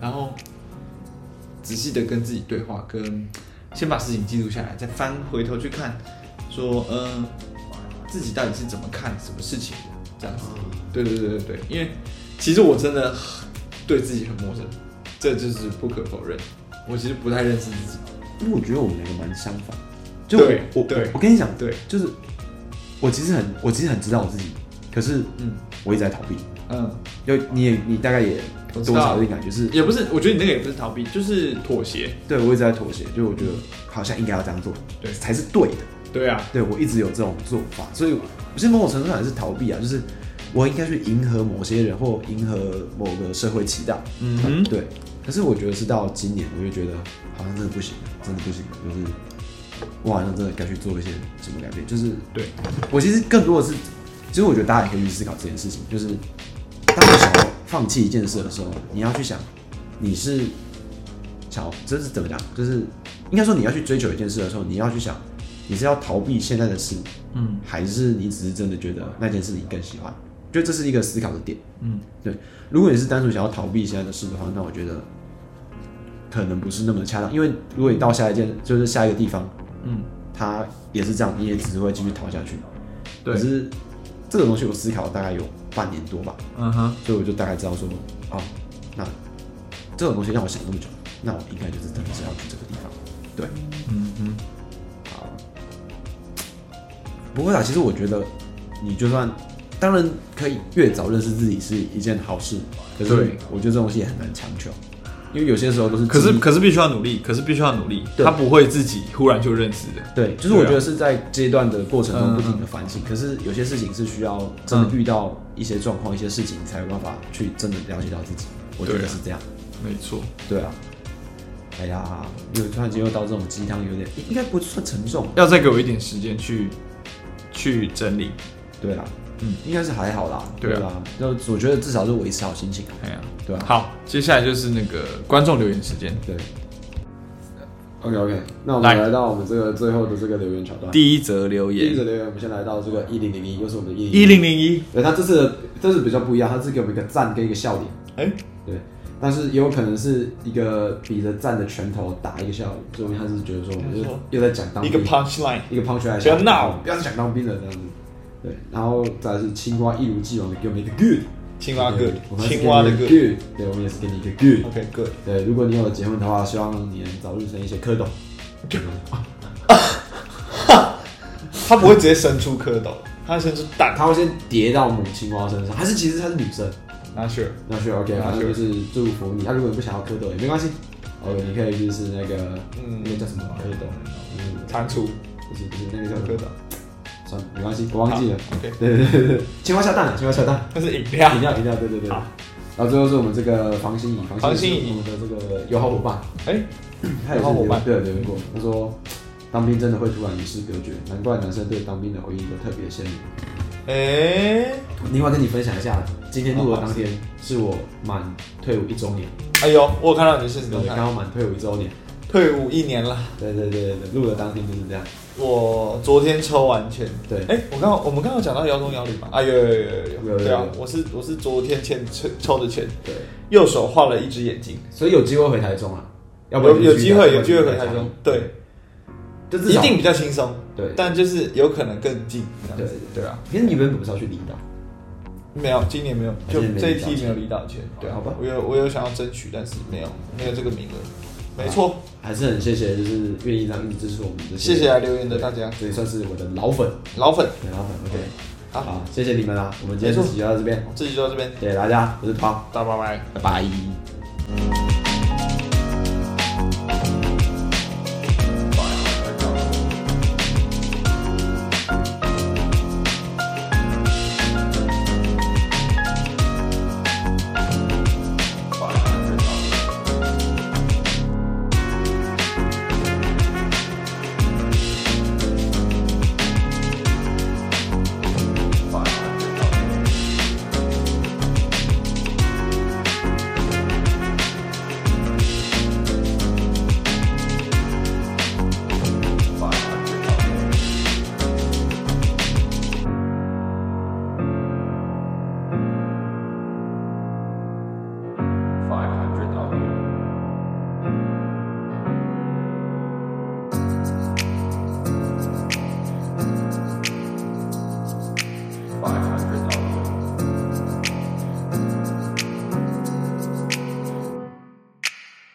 然后仔细的跟自己对话，跟先把事情记录下来，再翻回头去看，说嗯、自己到底是怎么看什么事情的，这样子。对对对对对，因为其实我真的对自己很陌生，这就是不可否认。我其实不太认识自己。
因为我觉得我们两个蛮相反。就
对
我我
对
我跟你讲，
对，
就是我其实很我其实很知道我自己，可是
嗯，
我一直在逃避。
嗯，
就你也你大概也
我
多
知道
少有点感觉是，
也不是，我觉得你那个也不是逃避，就是妥协。
对我一直在妥协，就我觉得好像应该要这样做，
对
才是对的。
对啊，
对我一直有这种做法，所以不是某种程度上也是逃避啊，就是我应该去迎合某些人或迎合某个社会期待，
嗯哼，
对。可是我觉得是到今年，我就觉得好像真的不行，真的不行，就是我好像真的该去做一些什么改变。就是
对，
我其实更多的是，其实我觉得大家也可以去思考这件事情，就是当你想要放弃一件事的时候，你要去想你是想要，这是怎么讲？就是应该说你要去追求一件事的时候，你要去想你是要逃避现在的事，
嗯
还是你只是真的觉得那件事你更喜欢？就这是一个思考的点。
嗯，
对，如果你是单纯想要逃避现在的事的话，那我觉得可能不是那么恰当，因为如果你到下一件，就是下一个地方，
嗯，
它也是这样，你也只会继续逃下去。
对
可是这个东西我思考大概有半年多吧，
嗯哼，
所以我就大概知道说，哦，那这种东西让我想那么久，那我应该就是真的是要去这个地方。对，
嗯哼，
好。不会啦，其实我觉得你就算，当然可以越早认识自己是一件好事，可是
对
我觉得这东西也很难强求，因为有些时候都是
可是
基于
可是必须要努力，可是必须要努力，
对
他不会自己忽然就认识的。
对，就是我
对啊
觉得是在阶段的过程
嗯
中不停的反省，可是有些事情是需要真的遇到一些状况、一些事情才有办法去真的了解到自己，我觉
对
得
啊
是这样。
没错，
对啊，哎呀，又突然间又到这种鸡汤，有点应该不算沉重。
要再给我一点时间去去整理。
对啦，
嗯
嗯，应该是还好啦。
对啊
啦，那我觉得至少是维持好心情啊。
哎呀，
对啊
好，接下来就是那个观众留言时间。
对。OK OK，那我
来
们来到我们这个最后的这个留言桥段。
第一则留
第一
言
则，留言，我们先来到这个一零零一，又是我们的一
一
零。
零零一，
对，他这次的这次比较不一样，他是给我们一个赞跟一个笑脸。
哎，
对，但是也有可能是一个比着赞的拳头打一个笑脸，所以他是觉得说我们就又在讲当
一个
兵
punch line。
一个 punch line，
不要闹
不要再讲当兵了这样子。对，然后再来是青蛙一如既往的给我们一个 good，
青蛙 good，
对我们还是
青蛙的
给你一
good
个 good，对，我们也是给你一个 good。
OK good。
对，如果你有结婚的话，希望你能早日生一些蝌蚪。
他不会直接伸出蝌蚪，他会伸出蛋。
它会先叠到母青蛙身上，还是其实它是女生？
拿去了。
那是 OK，
那
反正
是
就是祝福你。他如果你不想要蝌蚪也没关系，OK，你可以就是那个，
嗯
那个叫什么蝌蚪？嗯，
蟾蜍，
不是不是那个叫
小
什
蝌
么
蚪，
算了，没关系，我忘记了。
OK，
对对对对对，青蛙下蛋了，啊青蛙下蛋，
那是饮料
饮。料饮料，对对对。
好
然后最后是我们这个房心怡，
房
心
心
怡
怡
是我们的这个友好伙伴，
哎，
他也是
友好伙伴
留对留言过，他说当兵真的会突然与世隔绝，难怪男生对当兵的回忆都特别鲜明。
哎，
另外跟你分享一下，今天录的当天是我满退伍一周年，
哎呦，我有看到你的现实动
对，
态
刚，好满退伍一周年。
退伍一年了。
对对对对，录的当天就是这样。
我昨天抽完签，
对
哎，我刚刚我们刚刚有讲到摇中摇旅嘛，啊有有有有
有有
对啊
有，有
我是我是昨天签抽抽的签，
对，
右手画了一只眼睛，
所以有机会回台中啊，要不然
有有机会有机会
就
回
去
台中，对，
就至
一
少
定比较轻松，
对
但就是有可能更近，这样
对
子，对啊，
其实你原本不是要去离岛，
没有，今年没有，就
今年没
这一
离岛
批没
签
有离岛签，对啊，
好吧
我有我有想要争取，但是没有没有这个名额，没错，
还是很谢谢，就是愿意这样一直支持我们这些，
谢谢啊来留言的大家，
这也算是我的老粉，
老粉，
对老粉，OK，
好
好，谢谢你们啊啦，我们今天
没错
就集就到这边，
这集就到这边，
谢谢大家，我是涛，
大家拜拜。
拜拜。